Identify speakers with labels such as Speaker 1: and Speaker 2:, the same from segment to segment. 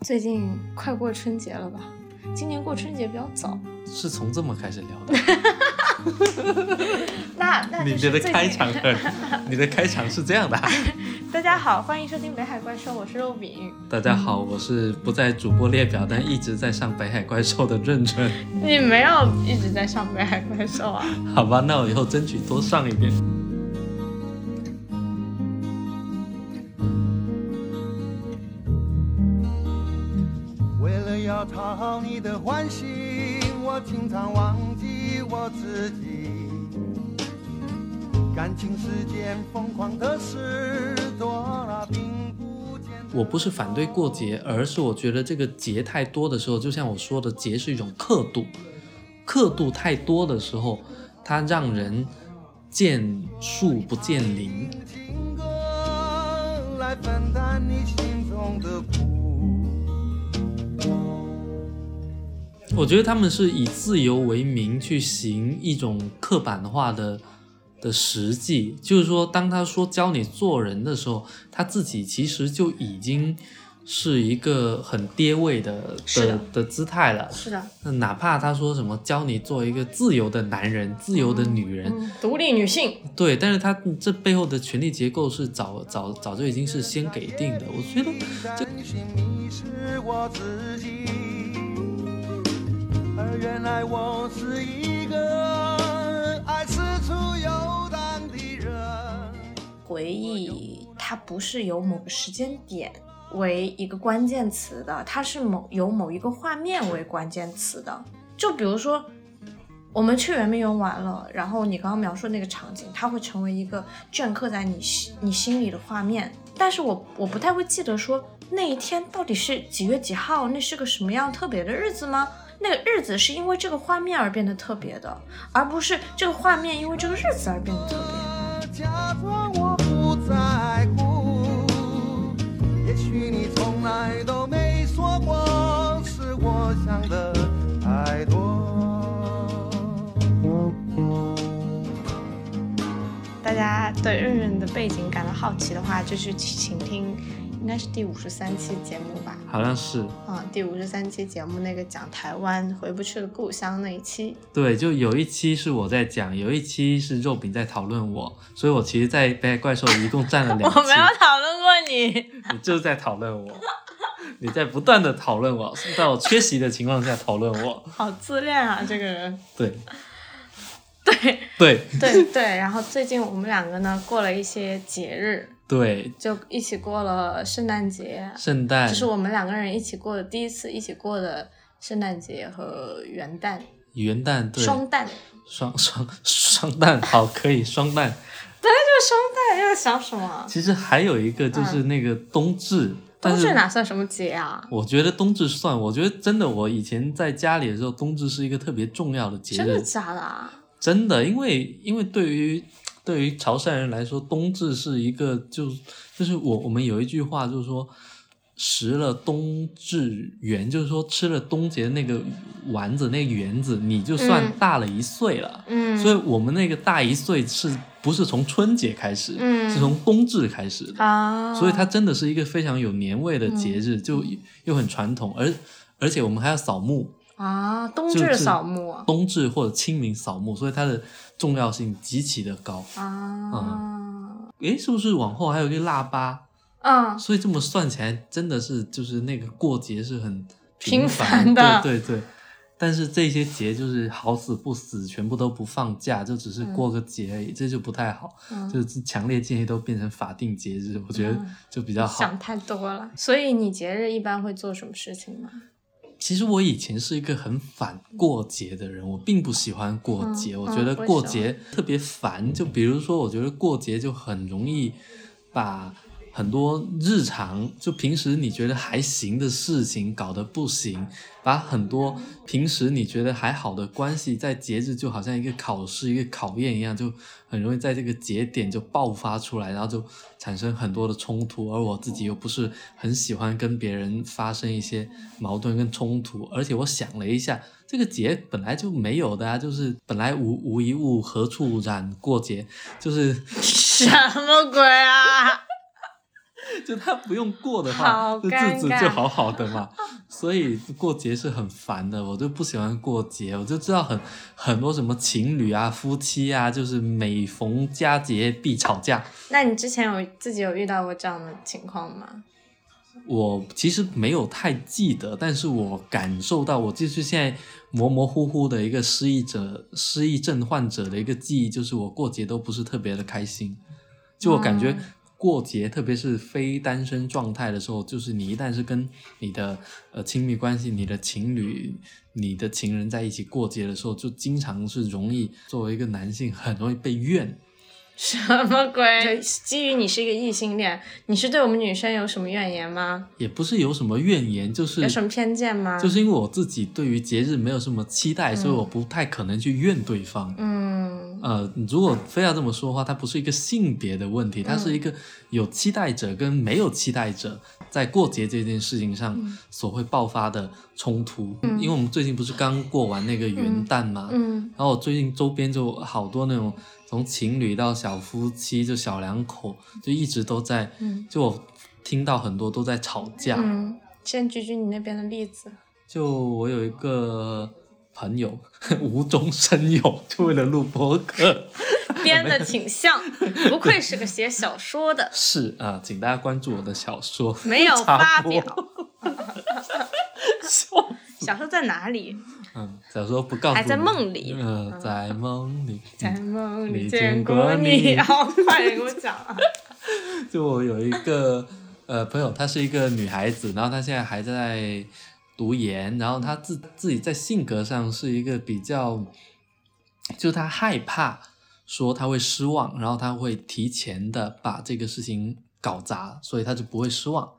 Speaker 1: 最近快过春节了吧？今年过春节比较早，
Speaker 2: 是从这么开始聊 的。
Speaker 1: 那那
Speaker 2: 你
Speaker 1: 就是
Speaker 2: 的
Speaker 1: 最
Speaker 2: 开
Speaker 1: 近
Speaker 2: 场 很，你的开场是这样的啊、
Speaker 1: 大家好，欢迎收听《北海怪兽》，我是肉饼。
Speaker 2: 大家好，我是不在主播列表，但一直在上北海怪兽的润润。
Speaker 1: 你没有一直在上《北海怪兽》啊？
Speaker 2: 好吧，那我以后争取多上一点。
Speaker 3: 为了要讨好你的欢心，我经常忘记我自己。感情是件疯狂的事，多了并不简单。
Speaker 2: 我不是反对过节，而是我觉得这个节太多的时候，就像我说的，节是一种刻度，刻度太多的时候，它让人见树不见林。
Speaker 3: 情歌来分担你心中的苦。
Speaker 2: 我觉得他们是以自由为名去行一种刻板化的的实际，就是说，当他说教你做人的时候，他自己其实就已经是一个很跌位的
Speaker 1: 是的
Speaker 2: 的的姿态了。
Speaker 1: 是的，
Speaker 2: 那哪怕他说什么教你做一个自由的男人、自由的女人，
Speaker 1: 嗯，独立女性，
Speaker 2: 对，但是他这背后的权力结构是早早早就已经是先给定的。我觉得
Speaker 3: 这心迷失我自己，而原来我是一个爱四处游荡的人。
Speaker 1: 回忆它不是由某个时间点为一个关键词的，它是某由某一个画面为关键词的。就比如说，我们去圆明园玩了，然后你刚刚描述那个场景，它会成为一个镌刻在你心你心里的画面。但是我我不太会记得说那一天到底是几月几号，那是个什么样特别的日子吗？那个日子是因为这个画面而变得特别的，而不是这个画面因为这个日子而变得特别。
Speaker 3: 呃假装我不在乎，也许你从来都没说过，是我想的太多。
Speaker 1: 大家对润润的背景感到好奇的话，就是请听，应该是第五十三期节目吧。
Speaker 2: 好像是
Speaker 1: 啊，第五十三期节目那个讲台湾回不去的故乡那一期，
Speaker 2: 对，就有一期是我在讲，有一期是肉饼在讨论我，所以我其实，在北海怪兽一共占 了两期，
Speaker 1: 讨论过你。
Speaker 2: 你就是在讨论我，你在不断的讨论我，是在我缺席的情况下讨论我，
Speaker 1: 好自恋啊，这个人。
Speaker 2: 对
Speaker 1: 对
Speaker 2: 对
Speaker 1: 对对，然后最近我们两个呢过了一些节日，
Speaker 2: 对，
Speaker 1: 就一起过了圣诞节，
Speaker 2: 圣诞
Speaker 1: 这是我们两个人一起过的第一次一起过的圣诞节和元旦
Speaker 2: 元旦对
Speaker 1: 双旦。
Speaker 2: 双双双蛋好可以双蛋，
Speaker 1: 这双旦又想什么？
Speaker 2: 其实还有一个就是那个冬至，但
Speaker 1: 嗯冬
Speaker 2: 是
Speaker 1: 至哪算什么节啊？
Speaker 2: 我觉得冬至算，我觉得真的，我以前在家里的时候，冬至是一个特别重要的节
Speaker 1: 真
Speaker 2: 日
Speaker 1: 的，假的啊？
Speaker 2: 真的，因为因为对于对于潮汕人来说，冬至是一个就就是我我们有一句话就是说，食了冬至圆，就是说吃了冬节那个丸子那个圆子，你就算
Speaker 1: 嗯
Speaker 2: 大了一岁了。
Speaker 1: 嗯，
Speaker 2: 所以我们那个大一岁是不是从春节开始，
Speaker 1: 嗯
Speaker 2: 是从冬至开始的。
Speaker 1: 啊，
Speaker 2: 所以它真的是一个非常有年味的节
Speaker 1: 嗯
Speaker 2: 日，就又很传统，而而且我们还要扫墓，
Speaker 1: 啊，冬
Speaker 2: 就
Speaker 1: 至
Speaker 2: 是
Speaker 1: 扫墓啊
Speaker 2: 冬至或者清明扫墓，所以它的重要性极其的高。
Speaker 1: 啊，
Speaker 2: 诶，是不是往后还有一个腊八？
Speaker 1: 嗯，
Speaker 2: 所以这么算起来，真的是就是那个过节是很
Speaker 1: 频
Speaker 2: 繁
Speaker 1: 繁的
Speaker 2: 对对对。但是这些节就是好死不死，全部都不放假，就只是过个节而已，这就不太好。
Speaker 1: 嗯
Speaker 2: 就是强烈建议都变成法定节日，我觉得
Speaker 1: 嗯
Speaker 2: 就比较好。
Speaker 1: 想太多了。所以你节日一般会做什么事情 吗？
Speaker 2: 其实我以前是一个很反过节的人，我并不喜欢过节，
Speaker 1: 嗯
Speaker 2: 我觉得
Speaker 1: 嗯为
Speaker 2: 过
Speaker 1: 什么
Speaker 2: 节特别烦。就比如说，我觉得过节就很容易把很多日常，就平时你觉得还行的事情搞得不行，把很多平时你觉得还好的关系，在节日就好像一个考试、一个考验一样，就很容易在这个节点就爆发出来，然后就产生很多的冲突。而我自己又不是很喜欢跟别人发生一些矛盾跟冲突，而且我想了一下，这个节本来就没有的啊，就是本来无无一物，何处染过节，就是
Speaker 1: 什么鬼啊？
Speaker 2: 就他不用过的
Speaker 1: 好
Speaker 2: 话，这
Speaker 1: 尴
Speaker 2: 日子
Speaker 1: 尬
Speaker 2: 就好好的嘛。所以过节是很烦的，我就不喜欢过节。我就知道很很多什么情侣啊、夫妻啊，就是每逢佳节必吵架。
Speaker 1: 那你之前有自己有遇到过这样的情况吗？
Speaker 2: 我其实没有太记得，但是我感受到，我就是现在模模糊糊的一个失忆者、失忆症患者的一个记忆，就是我过节都不是特别的开心。就我感觉
Speaker 1: 嗯
Speaker 2: 过节，特别是非单身状态的时候，就是你一旦是跟你的呃亲密关系、你的情侣、你的情人在一起过节的时候，就经常是容易作为一个男性很容易被怨。
Speaker 1: 什么鬼？基于你是一个异性恋，你是对我们女生有什么怨言吗？
Speaker 2: 也不是有什么怨言，就是
Speaker 1: 有什么偏见吗？
Speaker 2: 就是因为我自己对于节日没有什么期
Speaker 1: 啊
Speaker 2: 待，
Speaker 1: 嗯
Speaker 2: 所以我不太可能去怨对方。
Speaker 1: 嗯
Speaker 2: 呃，如果非要这么说的话，它不是一个性别的问题，
Speaker 1: 嗯
Speaker 2: 它是一个有期待者跟没有期待者在过节这件事情上
Speaker 1: 嗯
Speaker 2: 所会爆发的冲突。
Speaker 1: 嗯
Speaker 2: 因为我们最近不是刚过完那个元旦嘛，
Speaker 1: 嗯
Speaker 2: 然后我最近周边就好多那种从情侣到小夫妻，就小两口，就一直都在，
Speaker 1: 嗯
Speaker 2: 就我听到很多都在吵架。
Speaker 1: 嗯，先举举你那边的例子。
Speaker 2: 就我有一个朋友， 无中生有，就为了录播客，
Speaker 1: 编的挺像， 不愧是个写小说的，
Speaker 2: 是啊、请大家关注我的小说，
Speaker 1: 没有发
Speaker 2: 插播
Speaker 1: 表。小说在哪里？
Speaker 2: 嗯，小说不告诉你，
Speaker 1: 还在梦里嗯
Speaker 2: 呃，在梦里，
Speaker 1: 在梦里
Speaker 2: 里
Speaker 1: 见
Speaker 2: 见
Speaker 1: 过
Speaker 2: 过
Speaker 1: 你。
Speaker 2: 你
Speaker 1: 好，快点给我讲 啊！
Speaker 2: 就我有一个呃朋友，她是一个女孩子，然后她现在还在读研，然后她自自己在性格上是一个比较，就她害怕说她会失望，然后她会提前的把这个事情搞砸，所以她就不会失望。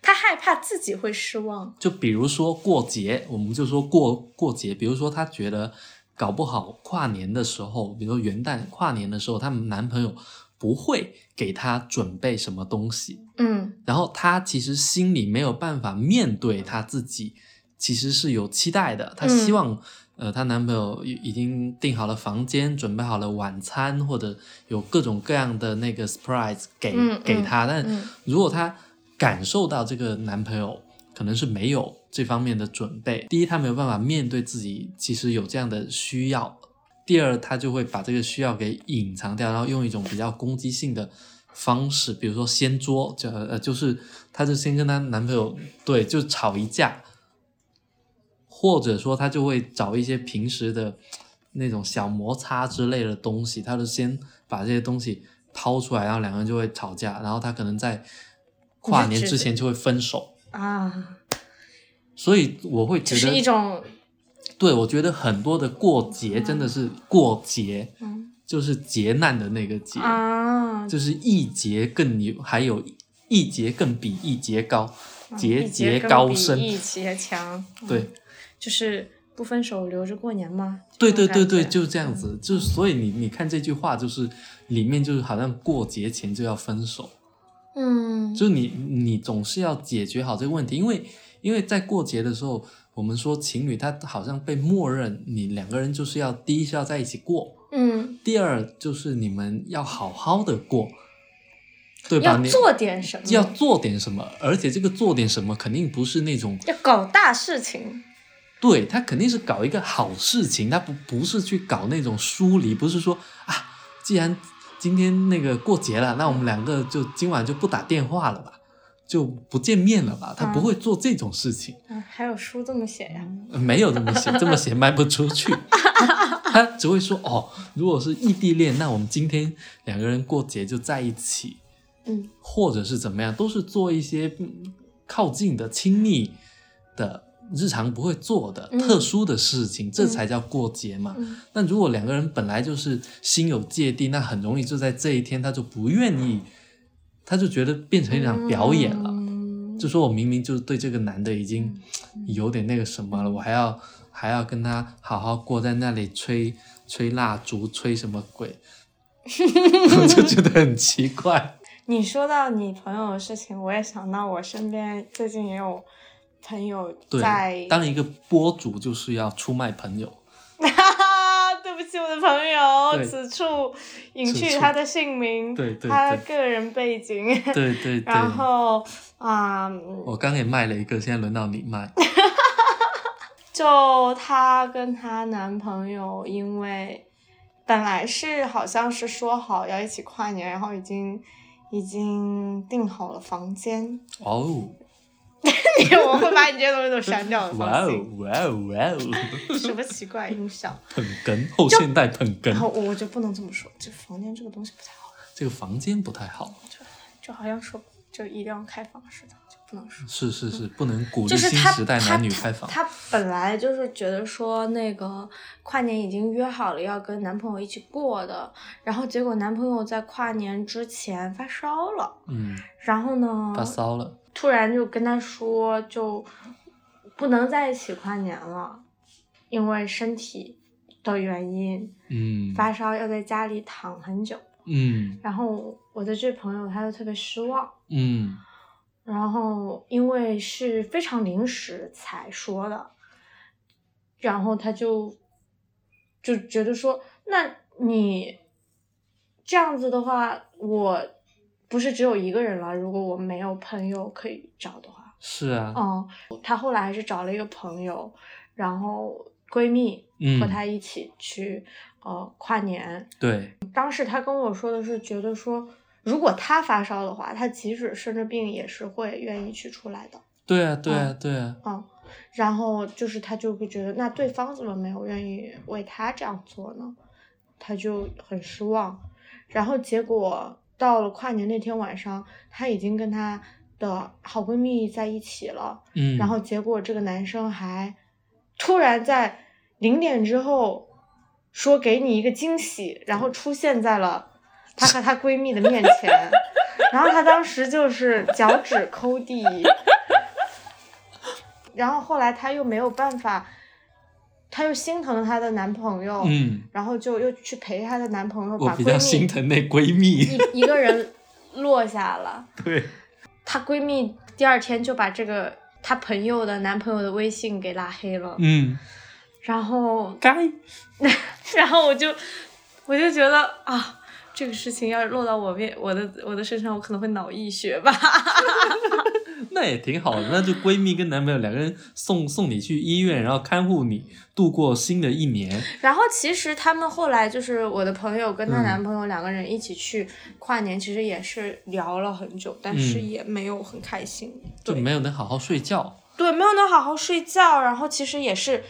Speaker 1: 他害怕自己会失望。
Speaker 2: 就比如说过节，我们就说过过节，比如说她觉得搞不好跨年的时候，比如说元旦跨年的时候，她男朋友不会给她准备什么东西。
Speaker 1: 嗯
Speaker 2: 然后她其实心里没有办法面对她自己，其实是有期待的。她
Speaker 1: 嗯
Speaker 2: 希望、呃，她男朋友已已经订好了房间，准备好了晚餐，或者有各种各样的那个 surprise 给、
Speaker 1: 嗯
Speaker 2: 给她。但
Speaker 1: 嗯
Speaker 2: 如果她感受到这个男朋友可能是没有这方面的准备，第一，她没有办法面对自己其实有这样的需要。第二，她就会把这个需要给隐藏掉，然后用一种比较攻击性的方式，比如说掀桌，就呃就是她就先跟她男朋友对就吵一架，或者说她就会找一些平时的那种小摩擦之类的东西，她就先把这些东西掏出来，然后两个人就会吵架，然后她可能在跨年之前就会分手，
Speaker 1: 啊，
Speaker 2: 所以我会
Speaker 1: 就
Speaker 2: 觉
Speaker 1: 是一
Speaker 2: 得，
Speaker 1: 种
Speaker 2: 对我觉得很多的过节真的是过节，
Speaker 1: 嗯
Speaker 2: 就是劫难的那个劫，
Speaker 1: 啊，
Speaker 2: 就是一节更有，还有一节更比一节高，节
Speaker 1: 啊一节
Speaker 2: 节高
Speaker 1: 更比
Speaker 2: 升。
Speaker 1: 一节强。嗯
Speaker 2: 对，
Speaker 1: 就是不分手留着过年嘛。
Speaker 2: 对
Speaker 1: 这
Speaker 2: 对
Speaker 1: 种
Speaker 2: 对对，
Speaker 1: 感觉嗯
Speaker 2: 就是这样子。就所以你你看这句话，就是里面就是好像过节前就要分手，
Speaker 1: 嗯
Speaker 2: 就你你总是要解决好这个问题，因为因为在过节的时候，我们说情侣他好像被默认你两个人就是要第一是要在一起过，
Speaker 1: 嗯，
Speaker 2: 第二就是你们要好好的过，对吧？
Speaker 1: 要
Speaker 2: 你
Speaker 1: 做点什么？
Speaker 2: 要做点什么，而且这个做点什么肯定不是那种，
Speaker 1: 要搞大事情。
Speaker 2: 对他肯定是搞一个好事情，他不不是去搞那种疏离，不是说啊，既然今天那个过节了，那我们两个就今晚就不打电话了吧，就不见面了吧，他不会做这种事情，
Speaker 1: 嗯，还有书这么写呀？
Speaker 2: 呃没有这么写，这么写卖不出去。 他只会说哦，如果是异地恋，那我们今天两个人过节就在一起，
Speaker 1: 嗯，
Speaker 2: 或者是怎么样，都是做一些嗯靠近的、亲密的、日常不会做的、
Speaker 1: 嗯
Speaker 2: 特殊的事情，这才叫过节嘛。
Speaker 1: 嗯
Speaker 2: 那如果两个人本来就是心有芥蒂，那很容易就在这一天他就不愿意，他就觉得变成一场表演了。
Speaker 1: 嗯
Speaker 2: 就说我明明就是对这个男的已经
Speaker 1: 嗯
Speaker 2: 有点那个什么了，我还要还要跟他好好过，在那里吹吹蜡烛，吹什么鬼？ 我就觉得很奇怪。
Speaker 1: 你说到你朋友的事情，我也想到我身边最近也有朋友
Speaker 2: 对
Speaker 1: 在，
Speaker 2: 当一个播主就是要出卖朋友，
Speaker 1: 哈哈，对不起，惜我的朋友，
Speaker 2: 对
Speaker 1: 此处隐
Speaker 2: 此
Speaker 1: 去
Speaker 2: 处
Speaker 1: 他的姓名，
Speaker 2: 对对
Speaker 1: 他
Speaker 2: 对
Speaker 1: 个人背景，
Speaker 2: 对对对，
Speaker 1: 然后啊、嗯
Speaker 2: 我刚也卖了一个，现在轮到你 卖。
Speaker 1: 就她跟她男朋友，因为本来是好像是说好要一起跨年，然后已经已经订好了房间。
Speaker 2: 哦，
Speaker 1: 哎我会把你这些东西都删掉的，
Speaker 2: 哇
Speaker 1: 放
Speaker 2: 哦
Speaker 1: 心。
Speaker 2: 哇哦哇哦， 嗯
Speaker 1: 什么奇怪音效？
Speaker 2: 捧哏，后现代捧
Speaker 1: 然后
Speaker 2: 哏，
Speaker 1: 我就不能这么说，这房间这个东西不太好，
Speaker 2: 这个房间不太好。
Speaker 1: 就好像说就一定要开放似的，就不能说。
Speaker 2: 是是是，不能鼓
Speaker 1: 嗯就
Speaker 2: 励
Speaker 1: 是
Speaker 2: 新
Speaker 1: 他
Speaker 2: 时代
Speaker 1: 他
Speaker 2: 男女开房。
Speaker 1: 她她本来就是觉得说那个跨年已经约好了要跟男朋友一起过的，然后结果男朋友在跨年之前发烧了，
Speaker 2: 嗯，
Speaker 1: 然后呢，
Speaker 2: 发烧了，
Speaker 1: 突然就跟她说就不能在一起跨年了，因为身体的原因，
Speaker 2: 嗯
Speaker 1: 发烧要在家里躺很久。
Speaker 2: 嗯
Speaker 1: 然后我的这朋友他就特别失望，
Speaker 2: 嗯
Speaker 1: 然后因为是非常临时才说的，然后他就就觉得说，那你这样子的话，我不是只有一个人了，如果我没有朋友可以找的话，
Speaker 2: 是啊，
Speaker 1: 嗯，她后来还是找了一个朋友，然后闺蜜
Speaker 2: 嗯
Speaker 1: 和她一起去、呃跨年，
Speaker 2: 对，
Speaker 1: 当时他跟我说的是，觉得说如果他发烧的话，他即使生着病也是会愿意去出来的。
Speaker 2: 对啊，对啊，对啊，
Speaker 1: 嗯，然后就是他就会觉得，那对方怎么没有愿意为他这样做呢？他就很失望。然后结果到了跨年那天晚上，她已经跟她的好闺蜜在一起了。
Speaker 2: 嗯，
Speaker 1: 然后结果这个男生还突然在零点之后说给你一个惊喜，然后出现在了她和她闺蜜的面前， 然后她当时就是脚趾抠地， 然后后来她又没有办法，她又心疼她的男朋友，
Speaker 2: 嗯，
Speaker 1: 然后就又去陪她的男朋友，
Speaker 2: 我
Speaker 1: 把
Speaker 2: 比较
Speaker 1: 闺
Speaker 2: 心
Speaker 1: 蜜
Speaker 2: 疼那闺 蜜，
Speaker 1: 一一个人落下了。
Speaker 2: 对，
Speaker 1: 她闺蜜第二天就把这个她朋友的男朋友的微信给拉黑了，
Speaker 2: 嗯，
Speaker 1: 然后，
Speaker 2: 该，
Speaker 1: 然后我就我就觉得啊，这个事情要是落到我面我的我的身上，我可能会脑溢血吧。
Speaker 2: 那也挺好的，那就闺蜜跟男朋友两个人送送你去医院，然后看护你度过新的一年，
Speaker 1: 然后其实他们后来就是我的朋友跟她
Speaker 2: 嗯
Speaker 1: 男朋友两个人一起去跨年，其实也是聊了很久，但是
Speaker 2: 嗯
Speaker 1: 也没有很开心，
Speaker 2: 就
Speaker 1: 对
Speaker 2: 没有能好好睡觉，
Speaker 1: 对，没有能好好睡觉，然后其实也是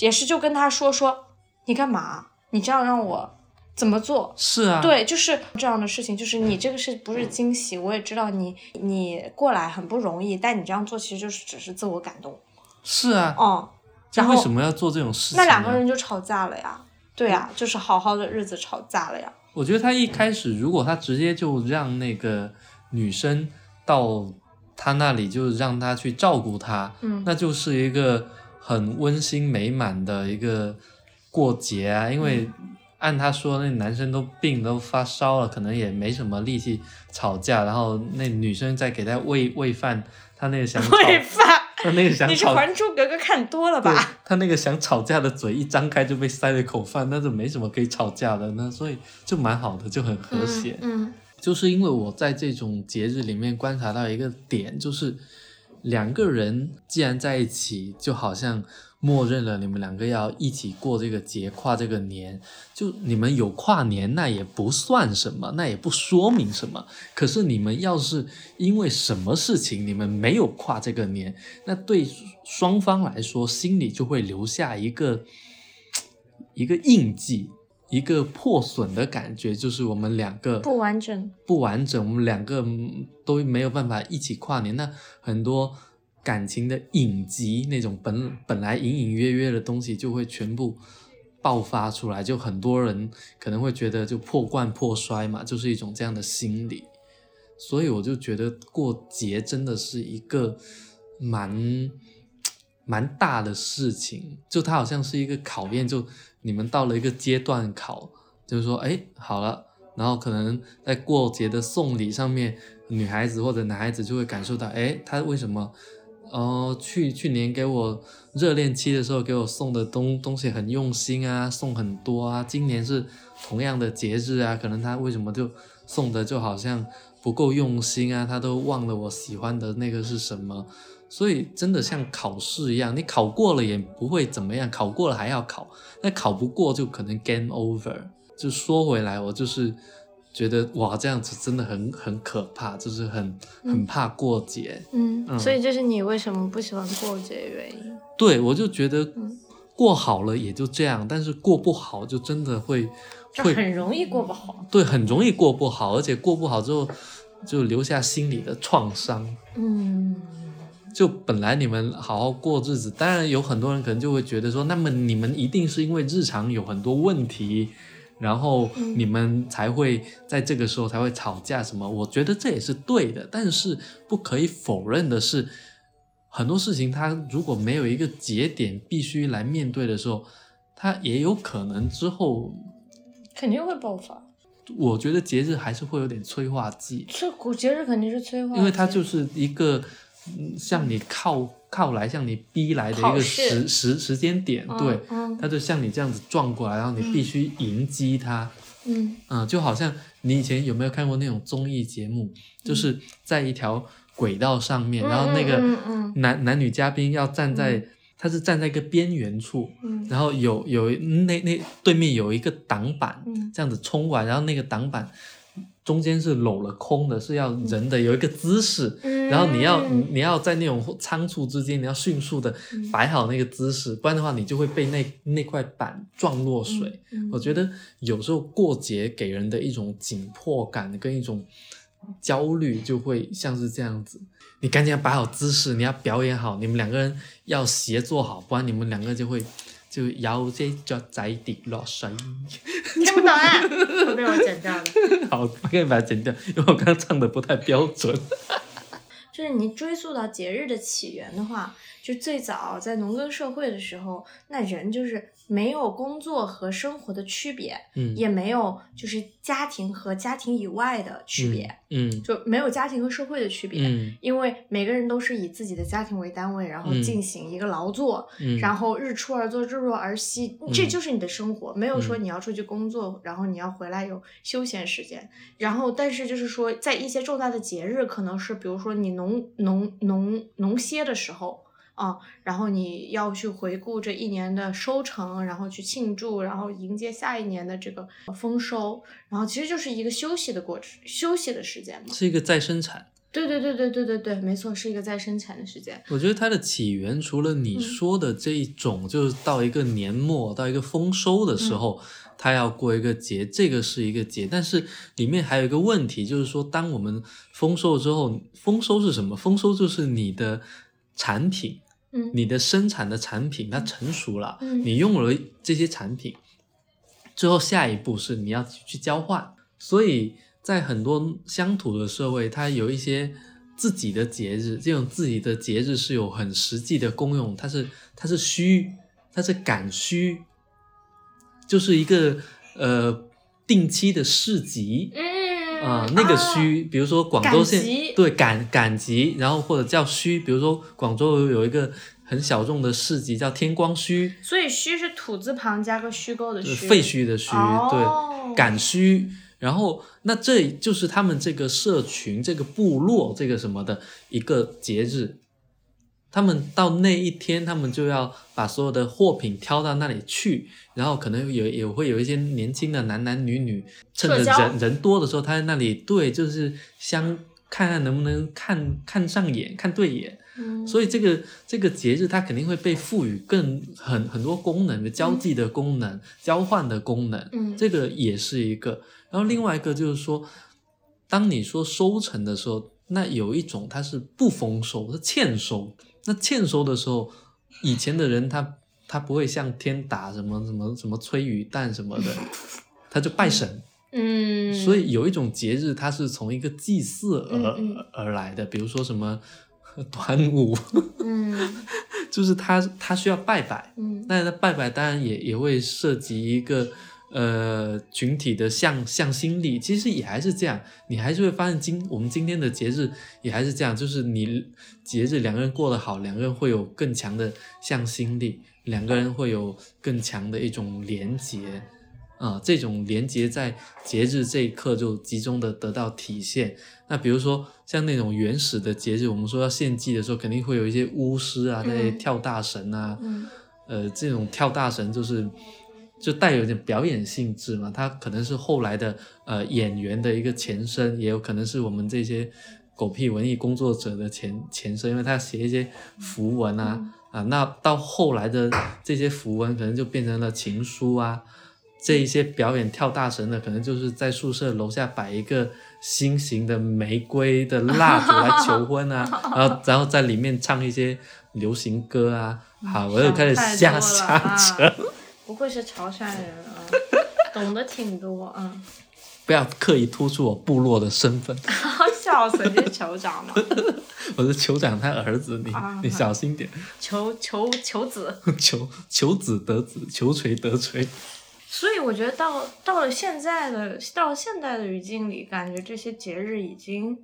Speaker 1: 也是就跟她说说你干嘛，你这样让我怎么做？
Speaker 2: 是啊，，
Speaker 1: 对，就是这样的事情，就是你这个是不是惊喜？我也知道你你过来很不容易，但你这样做其实就是只是自我感动。
Speaker 2: 是啊，
Speaker 1: 嗯，
Speaker 2: 就
Speaker 1: 然
Speaker 2: 为
Speaker 1: 后
Speaker 2: 什么要做这种事情、啊？
Speaker 1: 那两个人就吵架了呀。对呀、就是好好的日子吵架了呀。
Speaker 2: 我觉得他一开始，如果他直接就让那个女生到他那里，就让他去照顾她，
Speaker 1: 嗯
Speaker 2: 那就是一个很温馨美满的一个过节啊。因为
Speaker 1: 嗯
Speaker 2: 按他说，那男生都病都发烧了，可能也没什么力气吵架，然后那女生再给他喂喂饭，他那个 想吵，
Speaker 1: 喂饭，
Speaker 2: 他那个想
Speaker 1: 你是《
Speaker 2: 吵。
Speaker 1: 还珠格格》看多了
Speaker 2: 对
Speaker 1: 吧？
Speaker 2: 他那个想吵架的嘴一张开就被塞了一口饭，那就没什么可以吵架的，那所以就蛮好的，就很和谐。
Speaker 1: 嗯
Speaker 2: 就是因为我在这种节日里面观察到一个点，就是两个人既然在一起，就好像默认了你们两个要一起过这个节，跨这个年。就你们有跨年，那也不算什么，那也不说明什么。可是你们要是因为什么事情你们没有跨这个年，那对双方来说，心里就会留下一个一个印记。一个破损的感觉，就是我们两个
Speaker 1: 嗯，不完整。
Speaker 2: 不完整，我们两个嗯都没有办法一起跨年，那很多感情的隐疾，那种本本来隐隐约约的东西，就会全部爆发出来。就很多人可能会觉得就破罐破摔嘛，就是一种这样的心理。所以我就觉得过节真的是一个蛮蛮大的事情，就它好像是一个考验，就你们到了一个阶段考，就是说，哎，好了，然后可能在过节的送礼上面，女孩子或者男孩子就会感受到，哎，他为什么哦，去去年给我热恋期的时候给我送的东东西很用心啊，送很多啊。今年是同样的节日啊，可能他为什么就送的就好像不够用心啊？他都忘了我喜欢的那个是什么。所以真的像考试一样，你考过了也不会怎么样，考过了还要考，那考不过就可能 game over。就说回来，我就是觉得哇，这样子真的很很可怕，就是很很怕过节。
Speaker 4: 嗯，
Speaker 2: 嗯
Speaker 4: 所以这是你为什么不喜欢过节的原因。
Speaker 2: 对，我就觉得
Speaker 4: 嗯
Speaker 2: 过好了也就这样，但是过不好就真的会
Speaker 1: 就
Speaker 2: 会
Speaker 1: 很容易过不好。
Speaker 2: 对很容易过不好，而且过不好之后就留下心理的创伤。
Speaker 1: 嗯，
Speaker 2: 就本来你们好好过日子，当然有很多人可能就会觉得说，那么你们一定是因为日常有很多问题，然后你们才会在这个时候才会吵架什么。我觉得这也是对的，但是不可以否认的是，很多事情它如果没有一个节点必须来面对的时候，它也有可能之后，
Speaker 1: 肯定会爆发。
Speaker 2: 我觉得节日还是会有点催化剂。
Speaker 1: 这古节日肯定是
Speaker 4: 嗯
Speaker 1: 催化，
Speaker 2: 因为它就是一个嗯向你靠靠来、向你逼来的一
Speaker 4: 考
Speaker 2: 个
Speaker 4: 试
Speaker 2: 时时时间点，对，
Speaker 4: 嗯
Speaker 2: 它就像你这样子撞过来，然后你必须迎击它。
Speaker 1: 嗯
Speaker 2: 嗯，就好像你以前有没有看过那种综艺节目，就是在一条轨道上面，
Speaker 4: 嗯
Speaker 2: 然后那
Speaker 4: 嗯
Speaker 2: 个
Speaker 4: 嗯
Speaker 2: 男男女嘉宾要站在，他是站在一个边缘处，
Speaker 4: 嗯
Speaker 2: 然后有有那那对面有一个挡板
Speaker 4: 嗯，
Speaker 2: 这样子冲过来，然后那个挡板中间是镂了空的，是要人的有一个姿势，
Speaker 4: 嗯
Speaker 2: 然后你要你你要在那种仓促之间，你要迅速的摆好那个姿势，不然的话你就会被那那块板撞落水。
Speaker 1: 嗯
Speaker 2: 我觉得有时候过节给人的一种紧迫感跟一种焦虑，就会像是这样子。你赶紧要摆好姿势，你要表演好，你们两个人要协作好，不然你们两个就会就摇这脚仔底落水。
Speaker 1: 听不懂啊，会被我剪掉的。
Speaker 2: 好，我可以把它剪掉，因为我刚刚唱的不太标准。
Speaker 1: 就是你追溯到节日的起源的话，就最早在农耕社会的时候，那人就是没有工作和生活的区别，
Speaker 2: 嗯，
Speaker 1: 也没有就是家庭和家庭以外的区别，
Speaker 2: 嗯
Speaker 1: 就没有家庭和社会的区别。
Speaker 2: 嗯
Speaker 1: 因为每个人都是以自己的家庭为单位，然后
Speaker 2: 嗯
Speaker 1: 进行一个劳作，
Speaker 2: 嗯，
Speaker 1: 然后日出而作，日落而息，这就是你的生活，没有说
Speaker 2: 嗯
Speaker 1: 你要出去工作，然后你要回来有休闲时间。然后，但是就是说，在一些重大的节日，可能是比如说你农农农农歇的时候。啊、然后你要去回顾这一年的收成，然后去庆祝，然后迎接下一年的这个丰收，然后其实就是一个休息的过程，休息的时间嘛。
Speaker 2: 是一个再生产。
Speaker 1: 对对对对对对对，没错，是一个再生产的时间。
Speaker 2: 我觉得它的起源除了你说的这一种，就是到一个年末到一个丰收的时候，它要过一个节，这个是一个节，但是里面还有一个问题，就是说，当我们丰收之后，丰收是什么？丰收就是你的产品，
Speaker 1: 嗯
Speaker 2: 你的生产的产品它成熟了，
Speaker 1: 嗯
Speaker 2: 你用了这些产品，最后下一步是你要去交换。所以在很多乡土的社会，它有一些自己的节日，这种自己的节日是有很实际的功用，它是它是虚，它是赶虚，就是一个呃定期的市集。
Speaker 1: 嗯
Speaker 2: 啊、那个墟，比如说广州
Speaker 1: 赶集
Speaker 2: 县对赶赶集，然后或者叫墟，比如说广州有一个很小众的市集叫天光墟，
Speaker 1: 所以虚是土字旁加个虚构的
Speaker 2: 就是
Speaker 1: 虚，
Speaker 2: 废墟的墟，
Speaker 1: 哦
Speaker 2: 对，赶墟。然后，那这就是他们这个社群、这个部落、这个什么的一个节日。他们到那一天，他们就要把所有的货品挑到那里去，然后可能有也会有一些年轻的男男女女，趁着
Speaker 1: 社交
Speaker 2: 人人多的时候，他在那里对，就是相看看能不能看看上眼，看对眼。
Speaker 1: 嗯
Speaker 2: 所以这个这个节日它肯定会被赋予更很很多功能的交际的功能、交换的功能，
Speaker 1: 嗯
Speaker 2: 这个也是一个。然后另外一个就是说，当你说收成的时候，那有一种它是不丰收，它欠收。那欠收的时候，以前的人他他不会像天打什么什么什么催雨弹什么的，他就拜神。
Speaker 1: 嗯，
Speaker 2: 所以有一种节日，它是从一个祭祀而、
Speaker 1: 嗯嗯
Speaker 2: 而来的，比如说什么 端午，
Speaker 1: 嗯
Speaker 2: 就是它它需要拜拜，
Speaker 1: 嗯
Speaker 2: 那那拜拜当然也也会涉及一个呃群体的向向心力，其实也还是这样，你还是会发现今我们今天的节日也还是这样，就是你节日两个人过得好，两个人会有更强的向心力，两个人会有更强的一种连结。啊、这种连接在节日这一刻就集中的得到体现。那比如说像那种原始的节日，我们说要献祭的时候，肯定会有一些巫师啊，在那里
Speaker 4: 嗯
Speaker 2: 跳大神啊，
Speaker 4: 嗯
Speaker 2: 呃，这种跳大神就是就带有点表演性质嘛，它可能是后来的呃演员的一个前身，也有可能是我们这些狗屁文艺工作者的前前身，因为他写一些符文啊、啊，那到后来的这些符文可能就变成了情书啊。这一些表演跳大神的，可能就是在宿舍楼下摆一个心形的玫瑰的蜡烛来求婚啊，然后然后在里面唱一些流行歌啊，好， 我又开始
Speaker 4: 太
Speaker 2: 下
Speaker 4: 多了
Speaker 2: 下
Speaker 4: 啊
Speaker 2: 沉，
Speaker 4: 不愧是潮汕人啊，懂得挺多啊，
Speaker 2: 不要刻意突出我部落的身 份，
Speaker 4: 好小神就是酋长嘛，
Speaker 2: 我是酋长他儿子，你
Speaker 4: 啊
Speaker 2: 你小心点，
Speaker 4: 酋酋酋子。
Speaker 2: 求求子得子，求锤得 锤。
Speaker 1: 所以我觉得到到了现在的到了现代的语境里，感觉这些节日已经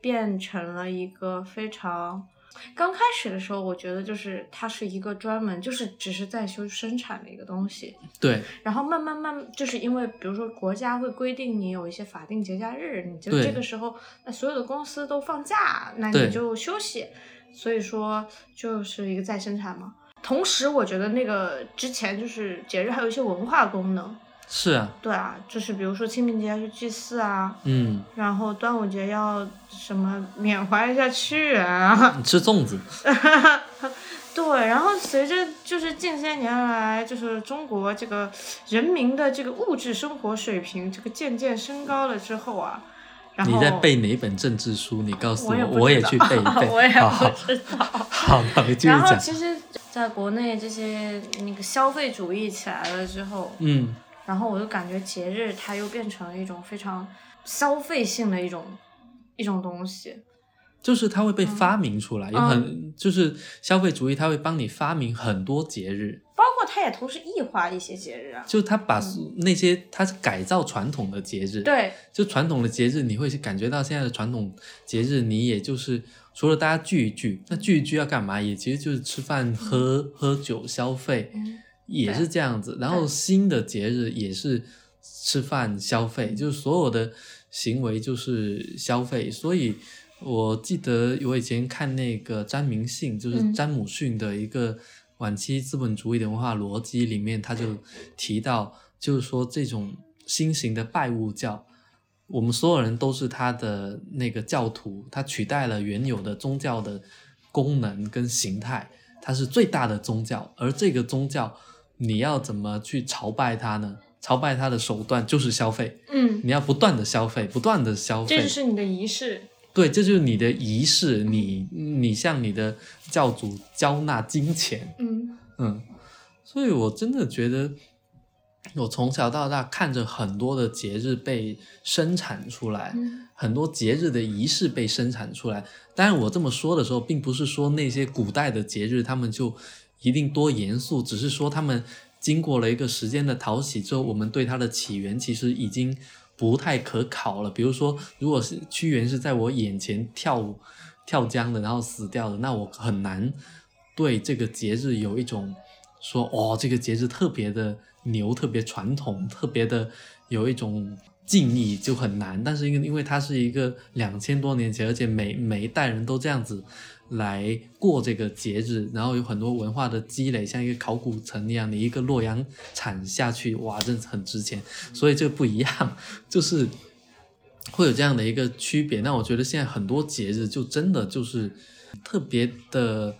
Speaker 1: 变成了一个非常。刚开始的时候，我觉得就是它是一个专门就是只是在修生产的一个东西，
Speaker 2: 对
Speaker 1: 然后慢慢慢慢，就是因为比如说国家会规定你有一些法定节假日，你就
Speaker 2: 对
Speaker 1: 这个时候那所有的公司都放假，那
Speaker 2: 对
Speaker 1: 你就休息，所以说就是一个再生产嘛。同时，我觉得那个之前就是节日还有一些文化功能，
Speaker 2: 是啊，
Speaker 1: 对啊，就是比如说清明节要去祭祀啊，
Speaker 2: 嗯，
Speaker 1: 然后端午节要什么缅怀一下屈原啊，
Speaker 2: 你吃粽子，
Speaker 1: 对，然后随着就是近些年来，就是中国这个人民的这个物质生活水平，这个渐渐升高了之后啊，然后
Speaker 2: 你在背哪本政治书？你告诉
Speaker 1: 我也
Speaker 2: 我，
Speaker 1: 不知道
Speaker 2: 我也去背一背。
Speaker 1: 我也
Speaker 2: 好
Speaker 1: 不
Speaker 2: 好
Speaker 1: 知道。
Speaker 2: 好，好你继续
Speaker 1: 然后
Speaker 2: 讲。
Speaker 1: 其实，在国内这些那个消费主义起来了之后，
Speaker 2: 嗯，
Speaker 1: 然后我就感觉节日它又变成了一种非常消费性的一种一种东西。
Speaker 2: 就是它会被发明出来，有
Speaker 1: 嗯
Speaker 2: 很就是消费主义，它会帮你发明很多节日，
Speaker 1: 包括它也同时异化一些节日啊。
Speaker 2: 就它把那些它是改造传统的节日，
Speaker 1: 对，
Speaker 2: 就传统的节日，你会去感觉到现在的传统节日，你也就是除了大家聚一聚，那聚一聚要干嘛？也其实就是吃饭、喝喝酒、消费，
Speaker 1: 嗯
Speaker 2: 也是这样子。然后新的节日也是吃饭、消费，就是所有的行为就是消费。所以我记得我以前看那个詹明信，就是
Speaker 1: 嗯
Speaker 2: 詹姆逊的一个晚期资本主义的文化逻辑里面，他就提到，就是说这种新型的拜物教。我们所有人都是他的那个教徒，他取代了原有的宗教的功能跟形态，它是最大的宗教，而这个宗教你要怎么去朝拜它呢？朝拜它的手段就是消费，
Speaker 1: 嗯，
Speaker 2: 你要不断的消费，不断的消
Speaker 1: 这
Speaker 2: 费
Speaker 1: 就，是你的仪式。
Speaker 2: 对，这就是你的仪式，你你向你的教主交纳金钱，
Speaker 1: 嗯
Speaker 2: 嗯，所以我真的觉得，我从小到大看着很多的节日被生产出来，
Speaker 1: 嗯
Speaker 2: 很多节日的仪式被生产出来。当然，我这么说的时候，并不是说那些古代的节日他们就一定多严肃，只是说他们经过了一个时间的淘洗之后，我们对它的起源其实已经不太可考了。比如说，如果是屈原是在我眼前跳舞跳江的，然后死掉的，那我很难对这个节日有一种说哦，这个节日特别的牛，特别传统，特别的有一种敬意，就很难。但是因为因为它是一个两千多年前，而且每每一代人都这样子来过这个节日，然后有很多文化的积累，像一个考古城一样，你一个洛阳铲下去，哇，真的很值钱。所以这个不一样， 就是会有这样的一个区别。那我觉得现在很多节日就真的就是特别的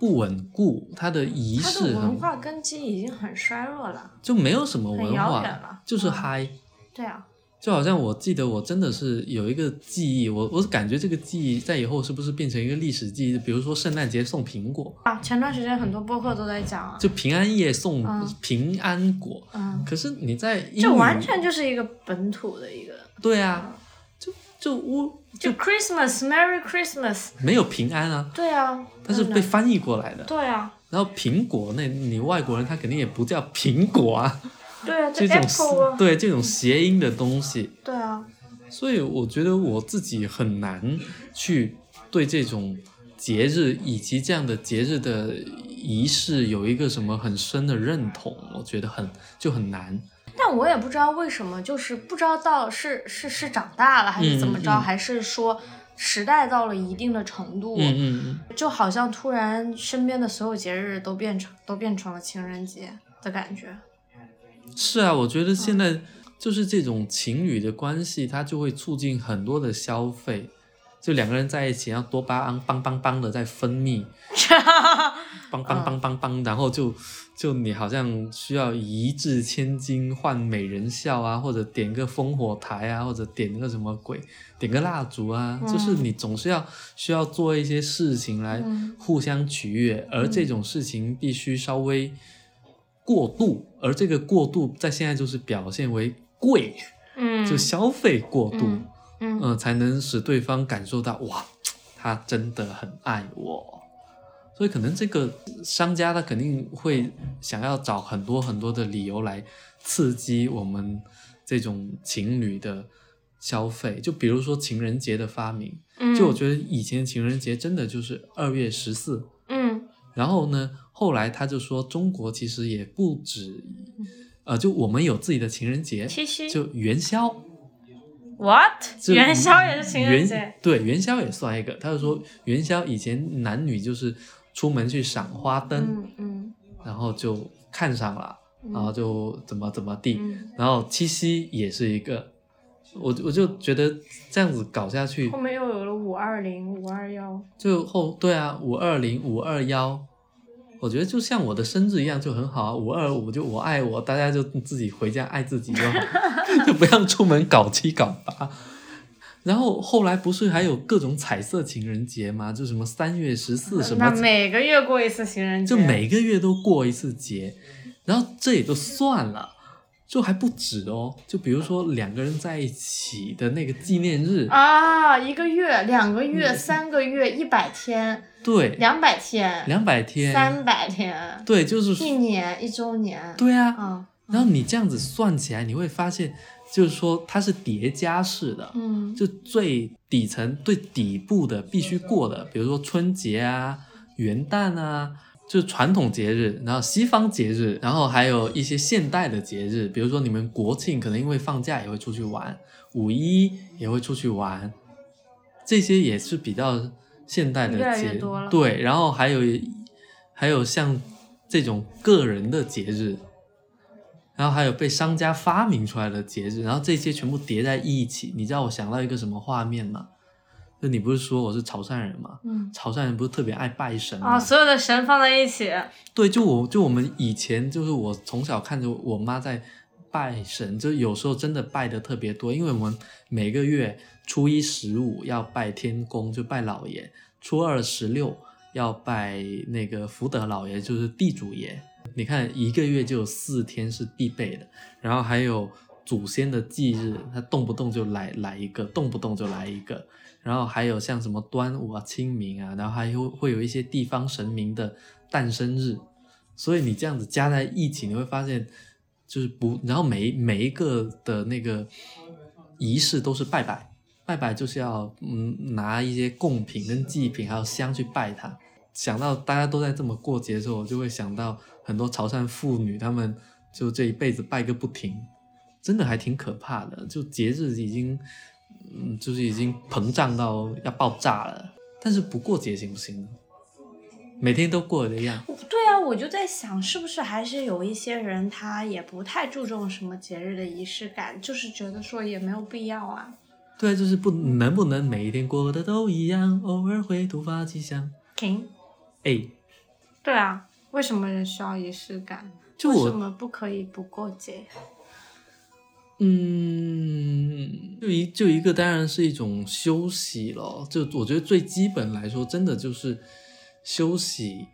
Speaker 2: 不稳固，它的仪
Speaker 1: 它的
Speaker 2: 式
Speaker 1: 文
Speaker 2: 很
Speaker 1: 化根基已经很衰弱了。
Speaker 2: 就没有什么文
Speaker 1: 很遥远
Speaker 2: 化
Speaker 1: 了，
Speaker 2: 就是
Speaker 1: 嗯
Speaker 2: 嗨、
Speaker 1: 对啊，
Speaker 2: 就好像我记得我真的是有一个记忆，我我感觉这个记忆在以后是不是变成一个历史记忆？比如说圣诞节送苹果，
Speaker 1: 啊，前段时间很多播客都在讲啊，
Speaker 2: 就平安夜送
Speaker 1: 嗯
Speaker 2: 平安果。
Speaker 1: 嗯，
Speaker 2: 可是你在英语
Speaker 1: 这完全就是一个本土的一个，
Speaker 2: 对啊，就就我
Speaker 1: 就 Christmas，Merry Christmas，
Speaker 2: 没有平安啊，
Speaker 1: 对啊，
Speaker 2: 它是
Speaker 1: 真的
Speaker 2: 被翻译过来的。
Speaker 1: 对啊，
Speaker 2: 然后苹果那你外国人他肯定也不叫苹果啊，
Speaker 1: 对啊，
Speaker 2: 这
Speaker 1: 这
Speaker 2: 种
Speaker 1: Apple 啊，
Speaker 2: 对这种谐音的东西，
Speaker 1: 对啊，
Speaker 2: 所以我觉得我自己很难去对这种节日以及这样的节日的仪式有一个什么很深的认同，我觉得很就很难。
Speaker 4: 但我也不知道为什么，就是不知道到是是是长大了还是怎么着，
Speaker 2: 嗯嗯
Speaker 4: 还是说时代到了一定的程度，
Speaker 2: 嗯嗯嗯，
Speaker 4: 就好像突然身边的所有节日都变成都变成了情人节的感觉。
Speaker 2: 是啊，我觉得现在就是这种情侣的关系，它就会促进很多的消费，就两个人在一起，然后多巴胺梆梆梆的在分泌，梆梆梆梆梆，然后就就你好像需要一掷千金换美人笑啊，或者点个烽火台啊，或者点个什么鬼，点个蜡烛啊，就是你总是要需要做一些事情来互相取悦，而这种事情必须稍微过度，而这个过度在现在就是表现为贵，
Speaker 4: 嗯
Speaker 2: 就消费过度，
Speaker 4: 嗯嗯
Speaker 2: 呃才能使对方感受到哇，他真的很爱我。所以可能这个商家他肯定会想要找很多很多的理由来刺激我们这种情侣的消费，就比如说情人节的发明，
Speaker 4: 嗯
Speaker 2: 就我觉得以前情人节真的就是二月十四，
Speaker 4: 嗯
Speaker 2: 然后呢，后来他就说，中国其实也不止，
Speaker 4: 嗯
Speaker 2: 呃，就我们有自己的情人节，
Speaker 4: 七夕
Speaker 2: 就元宵，
Speaker 4: ，what
Speaker 2: 就
Speaker 4: 元宵也是情人
Speaker 2: 元
Speaker 4: 节，
Speaker 2: 对，元宵也算一个。他就说，元宵以前男女就是出门去赏花灯，
Speaker 4: 嗯嗯
Speaker 2: 然后就看上了，然后就怎么怎么地，
Speaker 4: 嗯，
Speaker 2: 然后七夕也是一个，我我就觉得这样子搞下去
Speaker 4: 嗯后，面又有了五二零五二幺，
Speaker 2: 最后对啊，五二零五二幺，我觉得就像我的生日一样就很好啊，五二五就我爱我，大家就自己回家爱自己就 好，就不要出门搞七搞八。然后后来不是还有各种彩色情人节吗？就什么三月十四什
Speaker 4: 呃那
Speaker 2: 么，
Speaker 4: 每个月过一次情人节，
Speaker 2: 就每个月都过一次节，然后这也就算了。就还不止哦，就比如说两个人在一起的那个纪念日，
Speaker 4: 啊，一个月、两个月、
Speaker 2: 嗯
Speaker 4: 三个月、一百天、
Speaker 2: 对，
Speaker 4: 两百天、
Speaker 2: 两百天，
Speaker 4: 三百天、
Speaker 2: 对，就是
Speaker 4: 一年、一周年，
Speaker 2: 对啊，
Speaker 4: 啊，
Speaker 2: 然后你这样子算起来，你会发现，就是说它是叠加式的，
Speaker 4: 嗯
Speaker 2: 就最底层、最底部的必须过的，比如说春节啊、元旦啊，就是传统节日，然后西方节日，然后还有一些现代的节日，比如说你们国庆可能因为放假也会出去玩，五一也会出去玩，这些也是比较现代的
Speaker 4: 越来
Speaker 2: 节
Speaker 4: 越多了
Speaker 2: 对，然后还有还有像这种个人的节日。然后还有被商家发明出来的节日，然后这些全部叠在一起，你知道我想到一个什么画面吗？就你不是说我是潮汕人吗？
Speaker 4: 嗯，
Speaker 2: 潮汕人不是特别爱拜神吗？
Speaker 4: 啊，所有的神放在一起，
Speaker 2: 对，就我就我们以前就是我从小看着我妈在拜神，就有时候真的拜的特别多，因为我们每个月初一十五要拜天公，就拜老爷；初二十六要拜那个福德老爷，就是地主爷。你看一个月就有四天是必备的，然后还有祖先的忌日，他动不动就来来一个，动不动就来一个。然后还有像什么端午啊、清明啊，然后还有会有一些地方神明的诞生日，所以你这样子加在一起，你会发现就是不，然后每每一个的那个仪式都是拜拜，拜拜就是要嗯拿一些贡品跟祭品还有香去拜它。想到大家都在这么过节的时候，我就会想到很多潮汕妇女，她们就这一辈子拜个不停，真的还挺可怕的。就节日已经，嗯，就是已经膨胀到要爆炸了。但是不过节行不行呢？每天都过的样，
Speaker 1: 对啊，我就在想，是不是还是有一些人他也不太注重什么节日的仪式感，就是觉得说也没有必要啊。
Speaker 2: 对，就是不能不能每一天过得都一样，偶尔会突发奇想。
Speaker 4: 停，
Speaker 2: 哎，
Speaker 4: 嗯对啊，为什么人需要仪式感？
Speaker 2: 就
Speaker 4: 为什
Speaker 2: 我
Speaker 4: 么不可以不过节？
Speaker 2: 嗯，就一就一个当然是一种休息咯，就我觉得最基本来说，真的就是休息、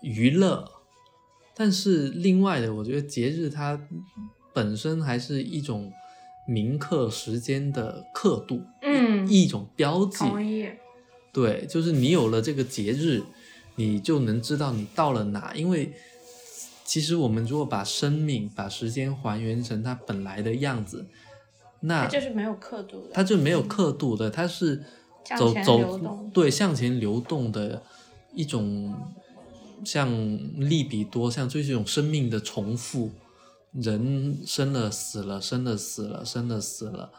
Speaker 2: 娱乐。但是另外的，我觉得节日它本身还是一种铭刻时间的刻度，
Speaker 4: 嗯
Speaker 2: 一啊种标记。
Speaker 4: 同意，
Speaker 2: 对，就是你有了这个节日，你就能知道你到了哪，因为其实我们如果把生命、把时间还原成它本来的样子，那
Speaker 1: 它就是没有刻度的，
Speaker 2: 它就没有刻度的，它是
Speaker 1: 向
Speaker 2: 走
Speaker 1: 前流
Speaker 2: 走
Speaker 1: 动
Speaker 2: 对向前流动的一种，像利比多，像就是一种生命的重复。人生了死了，生了死了，生了死了，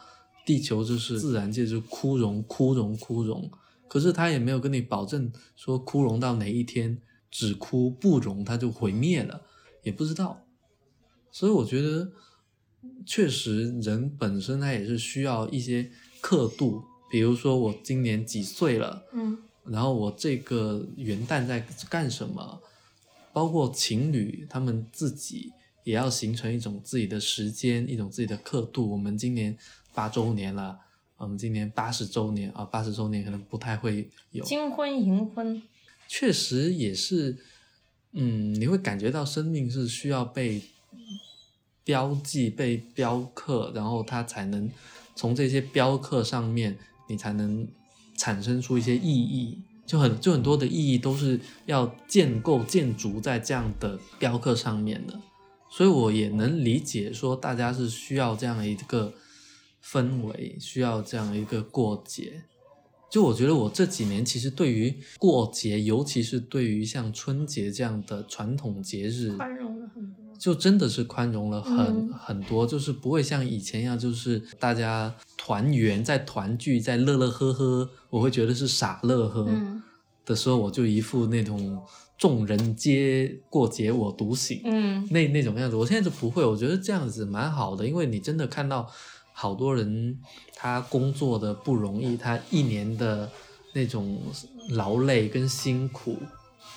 Speaker 2: 地球就是自然界就是枯荣枯荣枯荣，可是它也没有跟你保证说枯荣到哪一天，只枯不荣它就毁灭了，也不知道。所以我觉得，确实人本身他也是需要一些刻度，比如说我今年几岁了，
Speaker 1: 嗯，
Speaker 2: 然后我这个元旦在干什么，包括情侣他们自己也要形成一种自己的时间，一种自己的刻度。我们今年八周年了，我们今年八十周年啊，八十周年可能不太会有，
Speaker 1: 金婚银婚，
Speaker 2: 确实也是，嗯，你会感觉到生命是需要被标记、被雕刻，然后它才能从这些雕刻上面，你才能产生出一些意义。就很就很多的意义都是要建构、建筑在这样的雕刻上面的，所以我也能理解说大家是需要这样一个氛围，需要这样一个过节。就我觉得我这几年其实对于过节，尤其是对于像春节这样的传统节日，
Speaker 4: 宽容了很多。
Speaker 2: 就真的是宽容了很、
Speaker 4: 嗯
Speaker 2: 很多，就是不会像以前一样，就是大家团圆在团聚在乐乐呵呵，我会觉得是傻乐呵。
Speaker 4: 嗯
Speaker 2: 的时候，我就一副那种众人皆过节我独醒，
Speaker 1: 嗯，
Speaker 2: 那那种样子，我现在就不会，我觉得这样子蛮好的，因为你真的看到好多人他工作的不容易，他一年的那种劳累跟辛苦，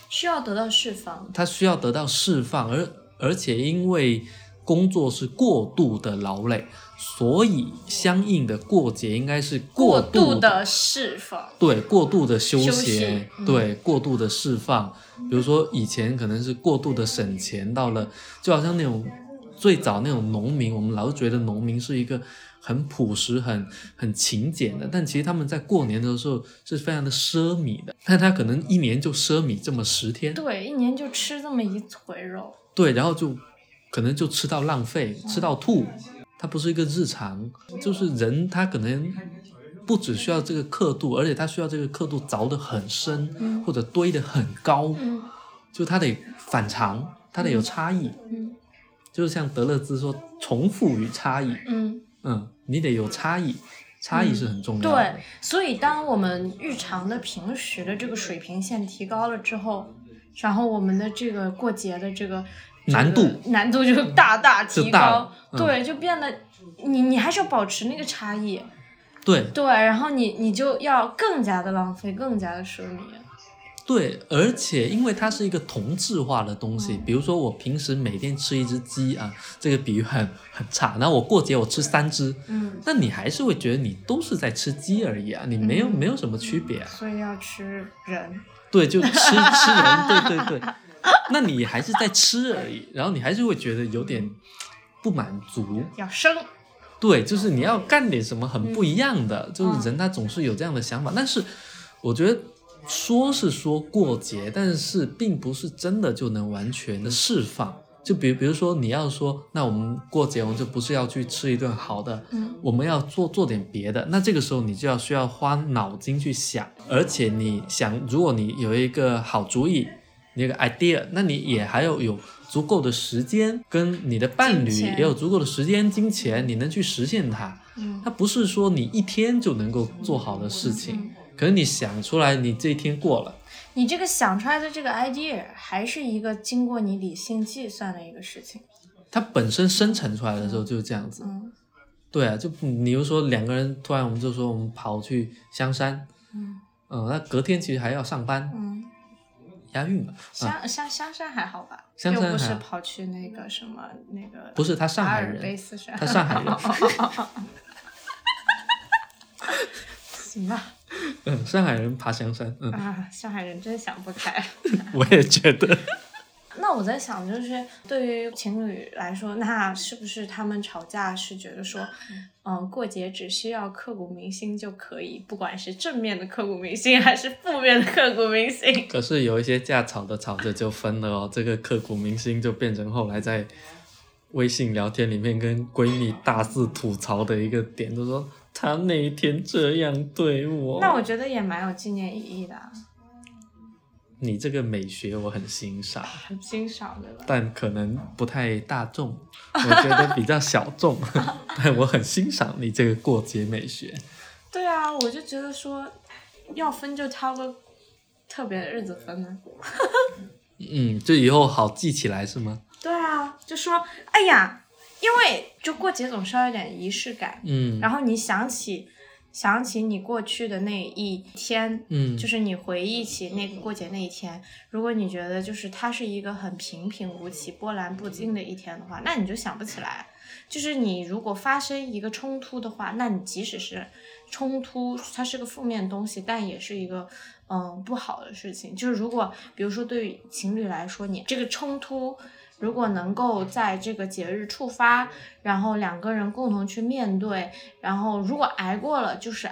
Speaker 1: 需要得到释放，
Speaker 2: 他需要得到释放，而而且因为工作是过度的劳累，所以相应的过节应该是
Speaker 1: 过
Speaker 2: 度
Speaker 1: 度的释放，
Speaker 2: 对过度的休
Speaker 1: 休
Speaker 2: 闲
Speaker 1: 息，嗯
Speaker 2: 对过度的释放，比如说以前可能是过度的省钱，到了就好像那种最早那种农民，我们老是觉得农民是一个很朴实、很很勤俭的，但其实他们在过年的时候是非常的奢靡的，但他可能一年就奢靡这么十天，
Speaker 1: 对，一年就吃这么一回肉，
Speaker 2: 对，然后就可能就吃到浪费，吃到吐，它不是一个日常，就是人他可能不只需要这个刻度，而且他需要这个刻度凿得很深，或者堆得很高，
Speaker 1: 嗯
Speaker 2: 就它得反常，它得有差异，
Speaker 1: 嗯
Speaker 2: 就是像德勒兹说，重复与差异，
Speaker 1: 嗯，
Speaker 2: 嗯，你得有差异，差异是很重要的，
Speaker 1: 对，所以当我们日常的平时的这个水平线提高了之后，然后我们的这个过节的这个
Speaker 2: 难度
Speaker 1: 这个难度就大大提
Speaker 2: 就大
Speaker 1: 高
Speaker 2: 了，嗯
Speaker 1: 对，就变得你你还是要保持那个差异，
Speaker 2: 对
Speaker 1: 对，然后你你就要更加的浪费，更加的奢靡，
Speaker 2: 对，而且因为它是一个同质化的东西，比如说我平时每天吃一只鸡啊，这个比喻很很差。然后我过节我吃三只，
Speaker 1: 嗯，
Speaker 2: 那你还是会觉得你都是在吃鸡而已啊，你没有、没有什么区别啊。
Speaker 1: 所以要吃人，
Speaker 2: 对，就吃吃人，对对对，那你还是在吃而已，然后你还是会觉得有点不满足。
Speaker 1: 要生，
Speaker 2: 对，就是你要干点什么很不一样的，就是人他总是有这样的想法，但是我觉得说是说过节，但是并不是真的就能完全的释放。就比比如说你要说，那我们过节我们就不是要去吃一顿好的，
Speaker 1: 嗯
Speaker 2: 我们要做做点别的。那这个时候你就要需要花脑筋去想，而且你想，如果你有一个好主意，你有个 idea，那你也还要有足够的时间，跟你的伴侣
Speaker 1: 金钱
Speaker 2: 也有足够的时间、金钱，你能去实现它。
Speaker 1: 嗯
Speaker 2: 它不是说你一天就能够做好的事
Speaker 1: 嗯
Speaker 2: 情，可能你想出来，你这一天过了。
Speaker 1: 你这个想出来的这个 idea 还是一个经过你理性计算的一个事情，
Speaker 2: 它本身生成出来的时候就是这样子。
Speaker 1: 嗯
Speaker 2: 对啊，就你又说两个人突然我们就说我们跑去香山，
Speaker 1: 嗯
Speaker 2: 嗯，那隔天其实还要上班，
Speaker 1: 嗯，
Speaker 2: 押韵了。啊，
Speaker 1: 香香香山还好吧？
Speaker 2: 香山
Speaker 1: 又不
Speaker 2: 还
Speaker 1: 是
Speaker 2: 好
Speaker 1: 跑去那个什么那个，
Speaker 2: 不是他上
Speaker 1: 阿
Speaker 2: 海
Speaker 1: 尔卑
Speaker 2: 人，
Speaker 1: 斯山，
Speaker 2: 他上海人，
Speaker 1: 行吧？
Speaker 2: 嗯，上海人爬香山，嗯，
Speaker 1: 啊，上海人真想不开。
Speaker 2: 我也觉得，
Speaker 1: 那我在想，就是对于情侣来说，那是不是他们吵架是觉得说，嗯，过节只需要刻骨铭心就可以，不管是正面的刻骨铭心还是负面的刻骨铭心，
Speaker 2: 可是有一些架吵着吵着就分了哦，这个刻骨铭心就变成后来在微信聊天里面跟闺蜜大肆吐槽的一个点，就说她那一天这样对 我。
Speaker 1: 那我觉得也蛮有纪念意义的啊，
Speaker 2: 你这个美学我很欣赏，
Speaker 1: 很欣赏，对吧？
Speaker 2: 但可能不太大众，我觉得比较小 众，但我很欣赏你这个过节美学。
Speaker 1: 对啊，我就觉得说，要分就挑个特别的日子分啊呢。
Speaker 2: 嗯，就以后好记起来是吗？
Speaker 1: 对啊，就说，哎呀，因为就过节总是要有点仪式感，
Speaker 2: 嗯，
Speaker 1: 然后你想起想起你过去的那一天，
Speaker 2: 嗯，
Speaker 1: 就是你回忆起那个过节那一天，如果你觉得就是它是一个很平平无奇、波澜不惊的一天的话，那你就想不起来。就是你如果发生一个冲突的话，那你即使是冲突，它是个负面的东西，但也是一个嗯不好的事情。就是如果比如说对于情侣来说，你这个冲突如果能够在这个节日触发，然后两个人共同去面对，然后如果挨过了，就是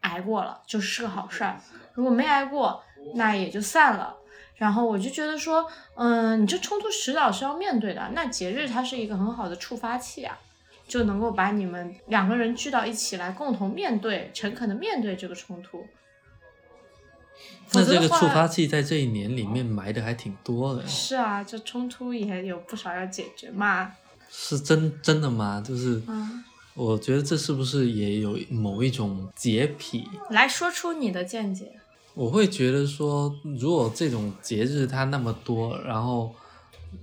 Speaker 1: 挨过了，就是个好事儿；如果没挨过，那也就散了。然后我就觉得说，嗯，你这冲突迟早是要面对的。那节日它是一个很好的触发器啊，就能够把你们两个人聚到一起来，共同面对、诚恳的面对这个冲突。
Speaker 2: 那
Speaker 1: 否则
Speaker 2: 这
Speaker 1: 的
Speaker 2: 个
Speaker 1: 话
Speaker 2: 触发器在这一年里面埋的还挺多的，
Speaker 1: 是啊，这冲突也有不少要解决嘛。
Speaker 2: 是真真的吗？就是，
Speaker 1: 嗯，
Speaker 2: 我觉得这是不是也有某一种洁癖？
Speaker 1: 来说出你的见解。
Speaker 2: 我会觉得说，如果这种节日它那么多，然后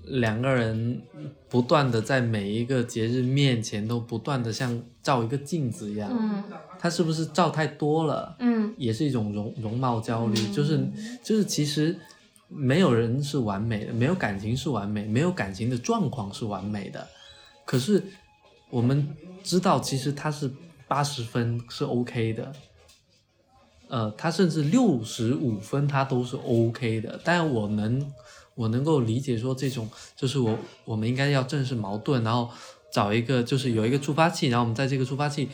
Speaker 2: 两个人不断的在每一个节日面前都不断的像照一个镜子一样，
Speaker 1: 嗯
Speaker 2: 它是不是照太多了？
Speaker 1: 嗯，
Speaker 2: 也是一种容容貌焦虑，
Speaker 1: 嗯
Speaker 2: 就是就是其实没有人是完美的，没有感情是完美，没有感情的状况是完美的。可是我们知道，其实他是八十分是 OK 的，呃，他甚至六十五分他都是 OK 的。但我能我能够理解说这种就是我我们应该要正视矛盾，然后找一个就是有一个触发器，然后我们在这个触发器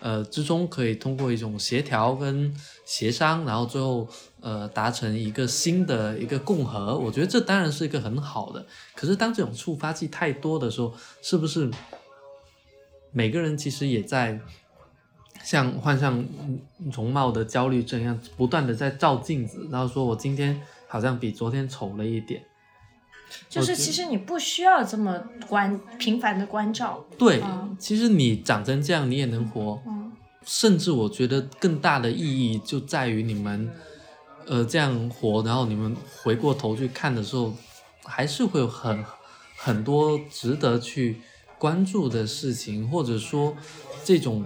Speaker 2: 呃之中可以通过一种协调跟协商，然后最后呃达成一个新的一个共和。我觉得这当然是一个很好的，可是当这种触发器太多的时候，是不是每个人其实也在像患上嗯容貌的焦虑症一样，不断的在照镜子，然后说我今天好像比昨天丑了一点。
Speaker 1: 就是其实你不需要这么关频繁的关照。
Speaker 2: 对
Speaker 1: 嗯，
Speaker 2: 其实你长成这样你也能活，
Speaker 1: 嗯
Speaker 2: 甚至我觉得更大的意义就在于你们，呃，这样活，然后你们回过头去看的时候，还是会有很很多值得去关注的事情，或者说这种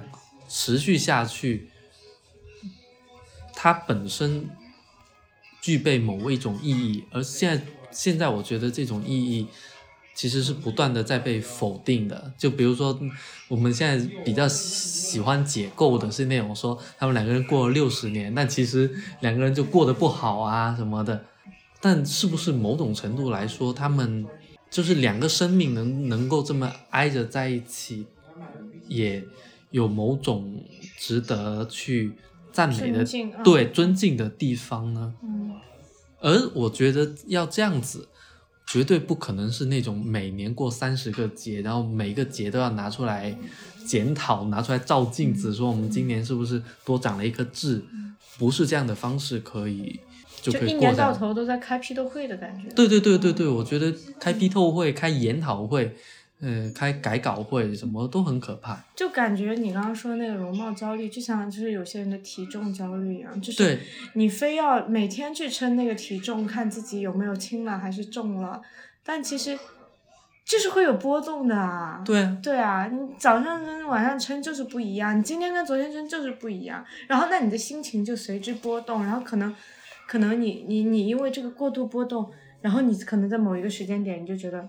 Speaker 2: 持续下去，它本身具备某一种意义，而现在现在我觉得这种意义。其实是不断的在被否定的，就比如说我们现在比较喜欢解构的是那种说他们两个人过了六十年，但其实两个人就过得不好啊什么的。但是不是某种程度来说，他们就是两个生命能能够这么挨着在一起，也有某种值得去赞美
Speaker 1: 尊
Speaker 2: 的
Speaker 1: 敬嗯
Speaker 2: 对尊敬的地方呢？
Speaker 1: 嗯，
Speaker 2: 而我觉得要这样子，绝对不可能是那种每年过三十个节，然后每个节都要拿出来检讨，拿出来照镜子，说我们今年是不是多长了一颗痣，不是这样的方式可以就
Speaker 1: 就
Speaker 2: 可以
Speaker 1: 一
Speaker 2: 过
Speaker 1: 年
Speaker 2: 这样
Speaker 1: 到头都在开批斗会的感觉。
Speaker 2: 对对对对对，我觉得开批斗会、开研讨会，呃，开改稿会，什么都很可怕。
Speaker 1: 就感觉你刚刚说那个容貌焦虑，就像就是有些人的体重焦虑一样，就是
Speaker 2: 对，
Speaker 1: 你非要每天去称那个体重，看自己有没有轻了还是重了，但其实就是会有波动的啊。
Speaker 2: 对啊，
Speaker 1: 对啊，你早上跟晚上称就是不一样，你今天跟昨天称就是不一样，然后那你的心情就随之波动，然后可能，可能你你你因为这个过度波动，然后你可能在某一个时间点你就觉得，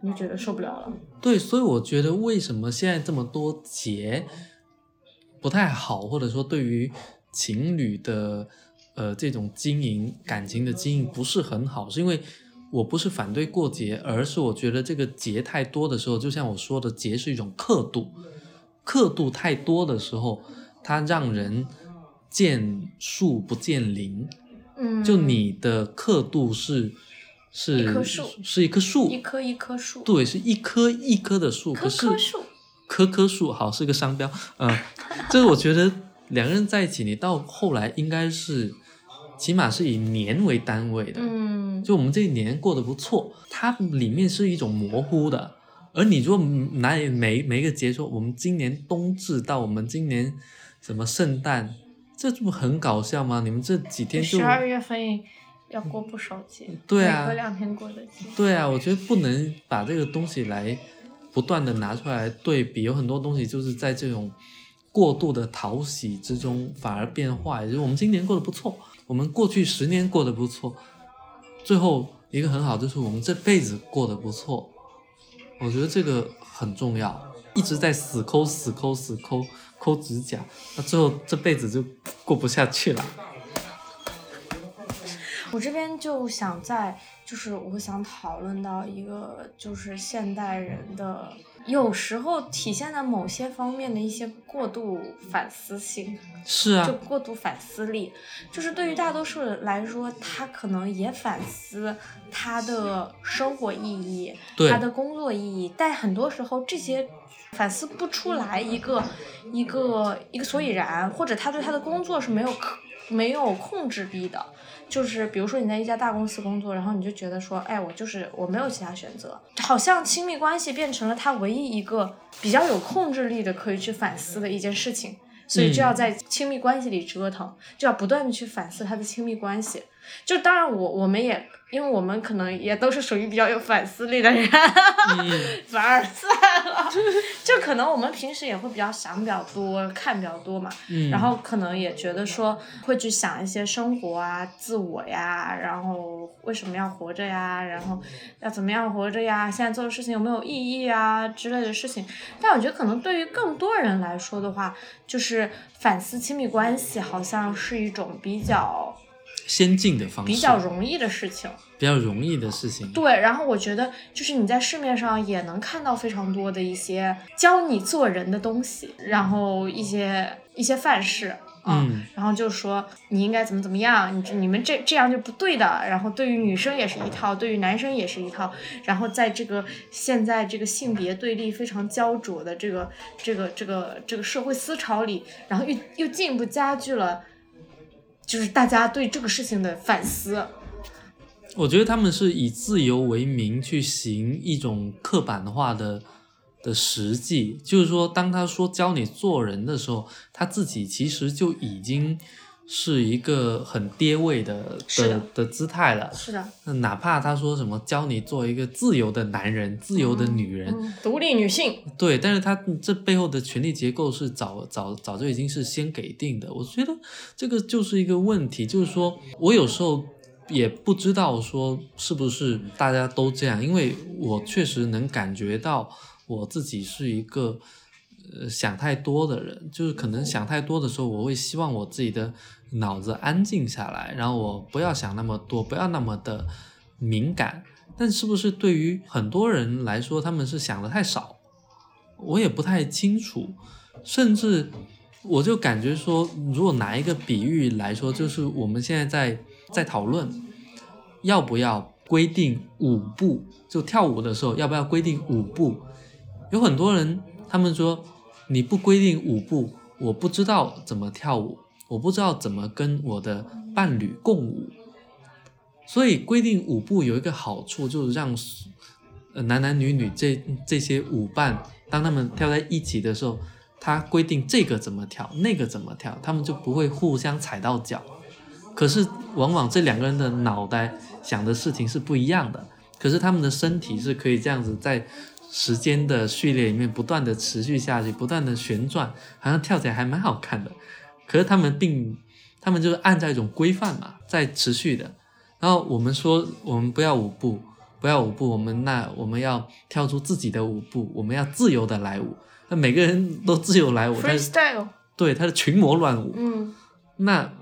Speaker 1: 你就觉得受不了了。
Speaker 2: 对，所以我觉得为什么现在这么多节不太好，或者说对于情侣的呃这种经营感情的经营不是很好，是因为我不是反对过节，而是我觉得这个节太多的时候，就像我说的，节是一种刻度，刻度太多的时候，它让人见树不见林。
Speaker 5: 嗯，
Speaker 2: 就你的刻度是是
Speaker 5: 一棵树
Speaker 2: 是一棵树，
Speaker 5: 一棵一棵树，
Speaker 2: 对，是一棵一棵的树，
Speaker 5: 棵
Speaker 2: 可是
Speaker 5: 棵树，
Speaker 2: 棵棵树好是个商标，嗯、 就是我觉得两个人在一起，你到后来应该是起码是以年为单位的，
Speaker 5: 嗯，
Speaker 2: 就我们这一年过得不错，它里面是一种模糊的。而你如果拿每每每一个节说，我们今年冬至到我们今年什么圣诞，这不很搞笑吗？你们这几天就
Speaker 1: 十二月份要过不少节，
Speaker 2: 对啊
Speaker 1: 每隔两天过的节。
Speaker 2: 对啊，我觉得不能把这个东西来不断的拿出来对比，有很多东西就是在这种过度的讨喜之中反而变坏。就是我们今年过得不错，我们过去十年过得不错，最后一个很好就是我们这辈子过得不错。我觉得这个很重要，一直在死抠死抠死抠抠指甲，那最后这辈子就过不下去了。
Speaker 1: 我这边就想在，就是我想讨论到一个，就是现代人的有时候体现在某些方面的一些过度反思性，
Speaker 2: 是啊
Speaker 1: 就，过度反思力，就是对于大多数人来说，他可能也反思他的生活意义，
Speaker 2: 对
Speaker 1: 他的工作意义，但很多时候这些反思不出来一个一个一个所以然，或者他对他的工作是没有可没有控制力的。就是比如说你在一家大公司工作，然后你就觉得说，哎，我就是我没有其他选择，好像亲密关系变成了他唯一一个比较有控制力的可以去反思的一件事情，所以就要在亲密关系里折腾，就要不断的去反思他的亲密关系。就当然我我们也，因为我们可能也都是属于比较有反思力的人，
Speaker 2: 嗯，
Speaker 1: 凡尔赛了。 就可能我们平时也会比较想比较多，看比较多嘛，
Speaker 2: 嗯
Speaker 1: 然后可能也觉得说会去想一些生活啊、自我呀，然后为什么要活着呀，然后要怎么样活着呀，现在做的事情有没有意义啊之类的事情。但我觉得可能对于更多人来说的话，就是反思亲密关系好像是一种比较
Speaker 2: 先进的方式
Speaker 1: 比较容易的事情。
Speaker 2: 比较容易的事情，
Speaker 1: 对，然后我觉得就是你在市面上也能看到非常多的一些教你做人的东西，然后一些一些范式啊，
Speaker 2: 嗯
Speaker 1: 然后就说你应该怎么怎么样，你你们这这样就不对的。然后对于女生也是一套，对于男生也是一套。然后在这个现在这个性别对立非常焦灼的这个这个这个这个社会思潮里，然后又又进一步加剧了，就是大家对这个事情的反思。
Speaker 2: 我觉得他们是以自由为名去行一种刻板化的的实际，就是说，当他说教你做人的时候，他自己其实就已经是一个很跌位的
Speaker 1: 是
Speaker 2: 的
Speaker 1: 的
Speaker 2: 的姿态了。
Speaker 1: 是的，
Speaker 2: 那哪怕他说什么教你做一个自由的男人、自由的女人，
Speaker 4: 嗯
Speaker 1: 独立女性。
Speaker 2: 对，但是他这背后的权力结构是早早早就已经是先给定的。我觉得这个就是一个问题，就是说我有时候也不知道说是不是大家都这样，因为我确实能感觉到我自己是一个呃想太多的人，就是可能想太多的时候，我会希望我自己的脑子安静下来，然后我不要想那么多，不要那么的敏感。但是不是对于很多人来说，他们是想的太少？我也不太清楚，甚至我就感觉说，如果拿一个比喻来说，就是我们现在在在讨论要不要规定舞步，就跳舞的时候要不要规定舞步。有很多人他们说你不规定舞步，我不知道怎么跳舞，我不知道怎么跟我的伴侣共舞。所以规定舞步有一个好处，就是让呃男男女女这这些舞伴，当他们跳在一起的时候，他规定这个怎么跳，那个怎么跳，他们就不会互相踩到脚。可是往往这两个人的脑袋想的事情是不一样的，可是他们的身体是可以这样子在时间的序列里面不断的持续下去，不断的旋转，好像跳起来还蛮好看的。可是他们并，他们就是按照一种规范嘛，在持续的。然后我们说，我们不要舞步，不要舞步，我们那我们要跳出自己的舞步，我们要自由的来舞。那每个人都自由来舞，但是
Speaker 1: freestyle，
Speaker 2: 对他是群魔乱舞。
Speaker 1: 嗯，
Speaker 2: 那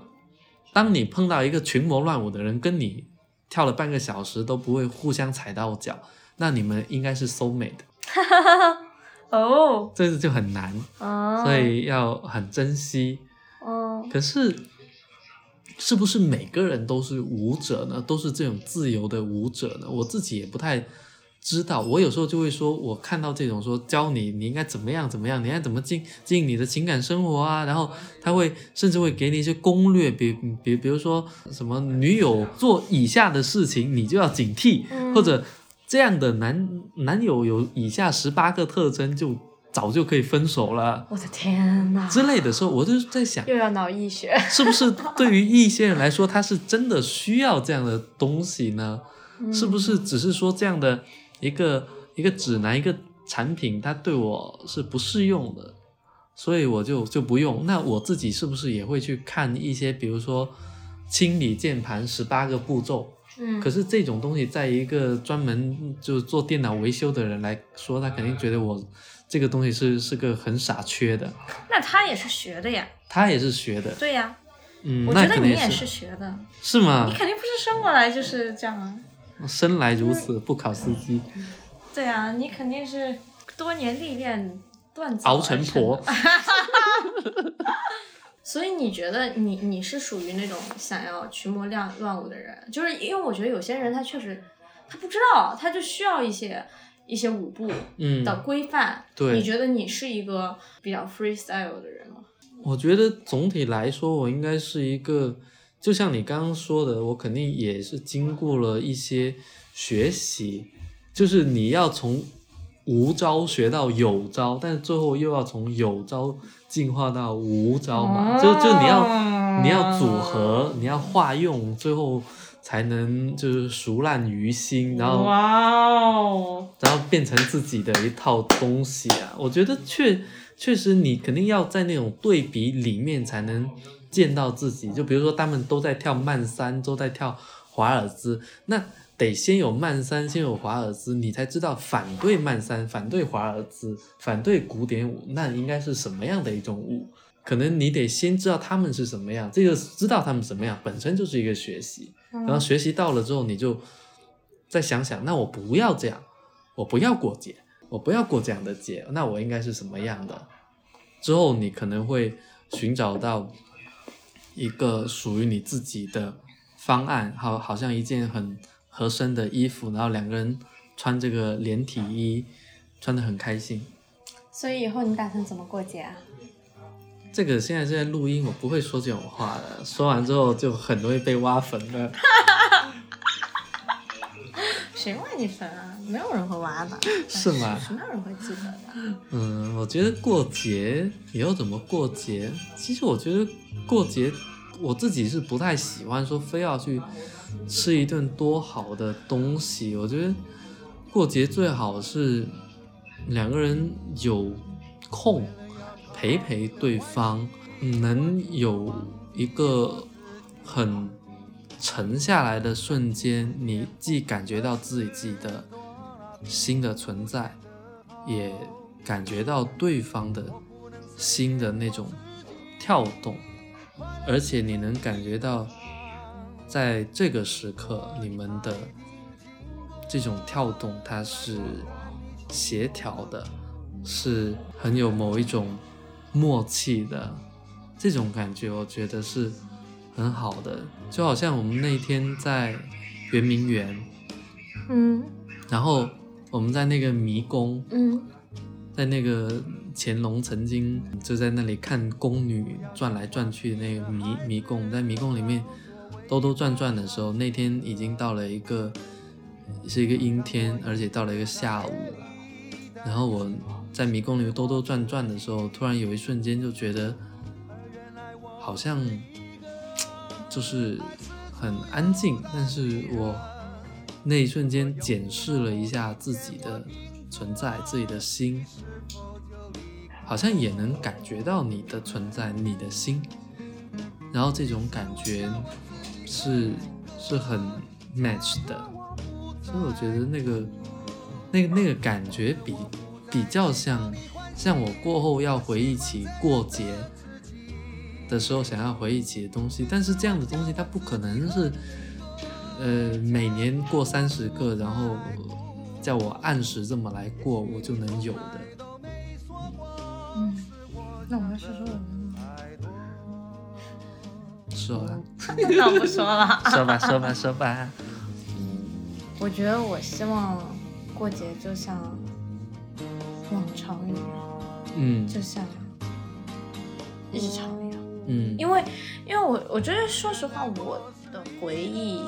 Speaker 2: 当你碰到一个群魔乱舞的人，跟你跳了半个小时都不会互相踩到脚，那你们应该是 soul mate，
Speaker 4: 哦，
Speaker 2: 这个就很难，
Speaker 4: 啊，
Speaker 2: 所，以要很珍惜。
Speaker 4: 嗯，
Speaker 2: 可是，是不是每个人都是舞者呢？都是这种自由的舞者呢？我自己也不太知道。我有时候就会说，我看到这种说教你你应该怎么样怎么样，你应该怎么经经营你的情感生活啊，然后他会甚至会给你一些攻略，比比比如说什么女友做以下的事情你就要警惕，
Speaker 4: 嗯
Speaker 2: 或者这样的男男友有以下十八个特征就早就可以分手了。
Speaker 4: 我的天呐，
Speaker 2: 之类的时候，我就在想，
Speaker 4: 又要脑溢血，
Speaker 2: 是不是对于一些人来说，他是真的需要这样的东西呢？是不是只是说这样的一个一个指南一个产品，它对我是不适用的，所以我就就不用。那我自己是不是也会去看一些，比如说清理键盘十八个步骤？
Speaker 4: 嗯
Speaker 2: 可是这种东西，在一个专门就是做电脑维修的人来说，他肯定觉得我这个东西是是个很傻缺的。
Speaker 4: 那他也是学的呀，
Speaker 2: 他也是学的，
Speaker 4: 对呀，
Speaker 2: 嗯，
Speaker 4: 我
Speaker 2: 那
Speaker 4: 觉得
Speaker 2: 肯
Speaker 4: 你
Speaker 2: 定
Speaker 4: 也
Speaker 2: 是啊
Speaker 4: 是学的，
Speaker 2: 是吗？
Speaker 4: 你肯定不是生过来就是这样啊，
Speaker 2: 生来如此，不考司机，
Speaker 4: 对啊，你肯定是多年历练锻造
Speaker 2: 熬
Speaker 4: 而
Speaker 2: 成
Speaker 4: 成
Speaker 2: 婆
Speaker 4: 的。。所以你觉得你你是属于那种想要群魔乱乱舞的人？就是因为我觉得有些人他确实他不知道，他就需要一些一些舞步
Speaker 2: 嗯，
Speaker 4: 的规范。
Speaker 2: 对
Speaker 4: 你觉得你是一个比较 freestyle 的人吗？
Speaker 2: 我觉得总体来说，我应该是一个，就像你刚刚说的，我肯定也是经过了一些学习，就是你要从无招学到有招，但是最后又要从有招进化到无招嘛，
Speaker 1: 哦
Speaker 2: 就就你要你要组合，你要化用，最后才能就是熟烂于心，然后
Speaker 4: 哦，
Speaker 2: 然后变成自己的一套东西啊。我觉得确确实，你肯定要在那种对比里面才能见到自己。就比如说，他们都在跳慢三，都在跳华尔兹，那得先有慢三，先有华尔兹，你才知道反对慢三、反对华尔兹、反对古典舞，那应该是什么样的一种舞。可能你得先知道他们是什么样，这个知道他们什么样本身就是一个学习，然后学习到了之后，你就再想想，那我不要这样，我不要过节，我不要过这样的节，那我应该是什么样的？之后你可能会寻找到一个属于你自己的方案，好，好像一件很合身的衣服，然后两个人穿这个连体衣，穿得很开心。
Speaker 4: 所以以后你打算怎么过节啊？
Speaker 2: 这个现在是在录音，我不会说这种话的，说完之后就很容易被挖坟的。
Speaker 4: 谁挖你坟啊？没有人会挖的，
Speaker 2: 是吗
Speaker 4: 什么人会记得的？
Speaker 2: 嗯，我觉得过节以后怎么过节，其实我觉得过节我自己是不太喜欢说非要去吃一顿多好的东西。我觉得过节最好是两个人有空陪陪对方，能有一个很沉下来的瞬间，你既感觉到自己的新的存在，也感觉到对方的心的那种跳动，而且你能感觉到，在这个时刻你们的这种跳动它是协调的，是很有某一种默契的，这种感觉我觉得是很好的，就好像我们那天在圆明园，
Speaker 4: 嗯
Speaker 2: 然后我们在那个迷宫，
Speaker 4: 嗯
Speaker 2: 在那个乾隆曾经就在那里看宫女转来转去的那个迷迷宫，在迷宫里面兜兜转转的时候，那天已经到了一个是一个阴天，而且到了一个下午。然后我在迷宫里面兜兜转转的时候，突然有一瞬间就觉得，好像就是很安静，但是我那一瞬间检视了一下自己的存在，自己的心，好像也能感觉到你的存在，你的心，然后这种感觉是是很 match 的，所以我觉得那个那个那个感觉比比较像像我过后要回忆起过节的时候想要回忆起的东西，但是这样的东西它不可能是呃，每年过三十个，然后叫我按时这么来过，我就能有的。
Speaker 4: 嗯，那我要说说我的
Speaker 2: 说吧，
Speaker 4: 那我不说了。
Speaker 2: 说吧，说吧，说吧。
Speaker 4: 我觉得我希望过节就像往常一样，
Speaker 2: 嗯
Speaker 4: 就像日常一样。
Speaker 2: 嗯，
Speaker 4: 因为，因为我我觉得，说实话，我的回忆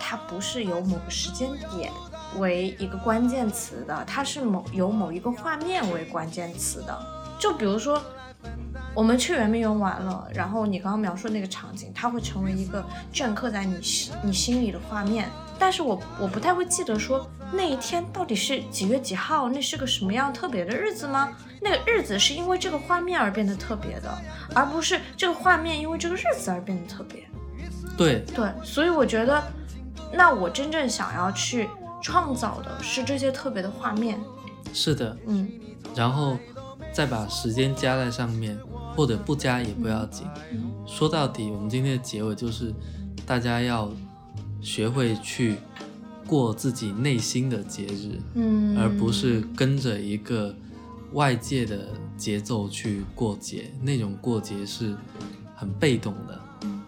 Speaker 4: 它不是由某个时间点
Speaker 1: 为一个关键词的，它是某由某一个画面为关键词的。就比如说，我们去圆明园玩了，然后你刚刚描述那个场景，它会成为一个镌刻在你心你心里的画面。但是我我不太会记得说那一天到底是几月几号，那是个什么样特别的日子吗？那个日子是因为这个画面而变得特别的，而不是这个画面因为这个日子而变得特别。
Speaker 2: 对，
Speaker 1: 对，所以我觉得，那我真正想要去创造的是这些特别的画面。
Speaker 2: 是的，
Speaker 1: 嗯
Speaker 2: 然后再把时间加在上面，或者不加也不要紧。
Speaker 1: 嗯
Speaker 2: 说到底，我们今天的结尾就是，大家要学会去过自己内心的节日，
Speaker 1: 嗯
Speaker 2: 而不是跟着一个外界的节奏去过节，那种过节是很被动的。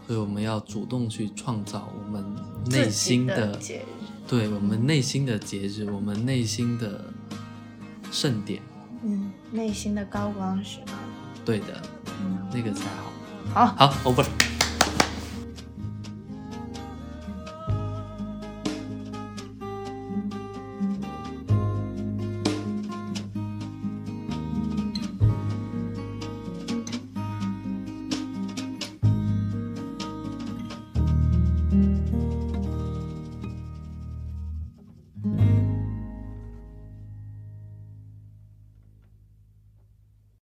Speaker 2: 所以我们要主动去创造我们内心
Speaker 1: 自己的节日
Speaker 2: 对我们内心的节日，我们内心的盛典。
Speaker 1: 嗯，内心的高光时刻。
Speaker 2: 对的，
Speaker 1: 嗯，
Speaker 2: 那个才好。
Speaker 1: 好，
Speaker 2: 好，我不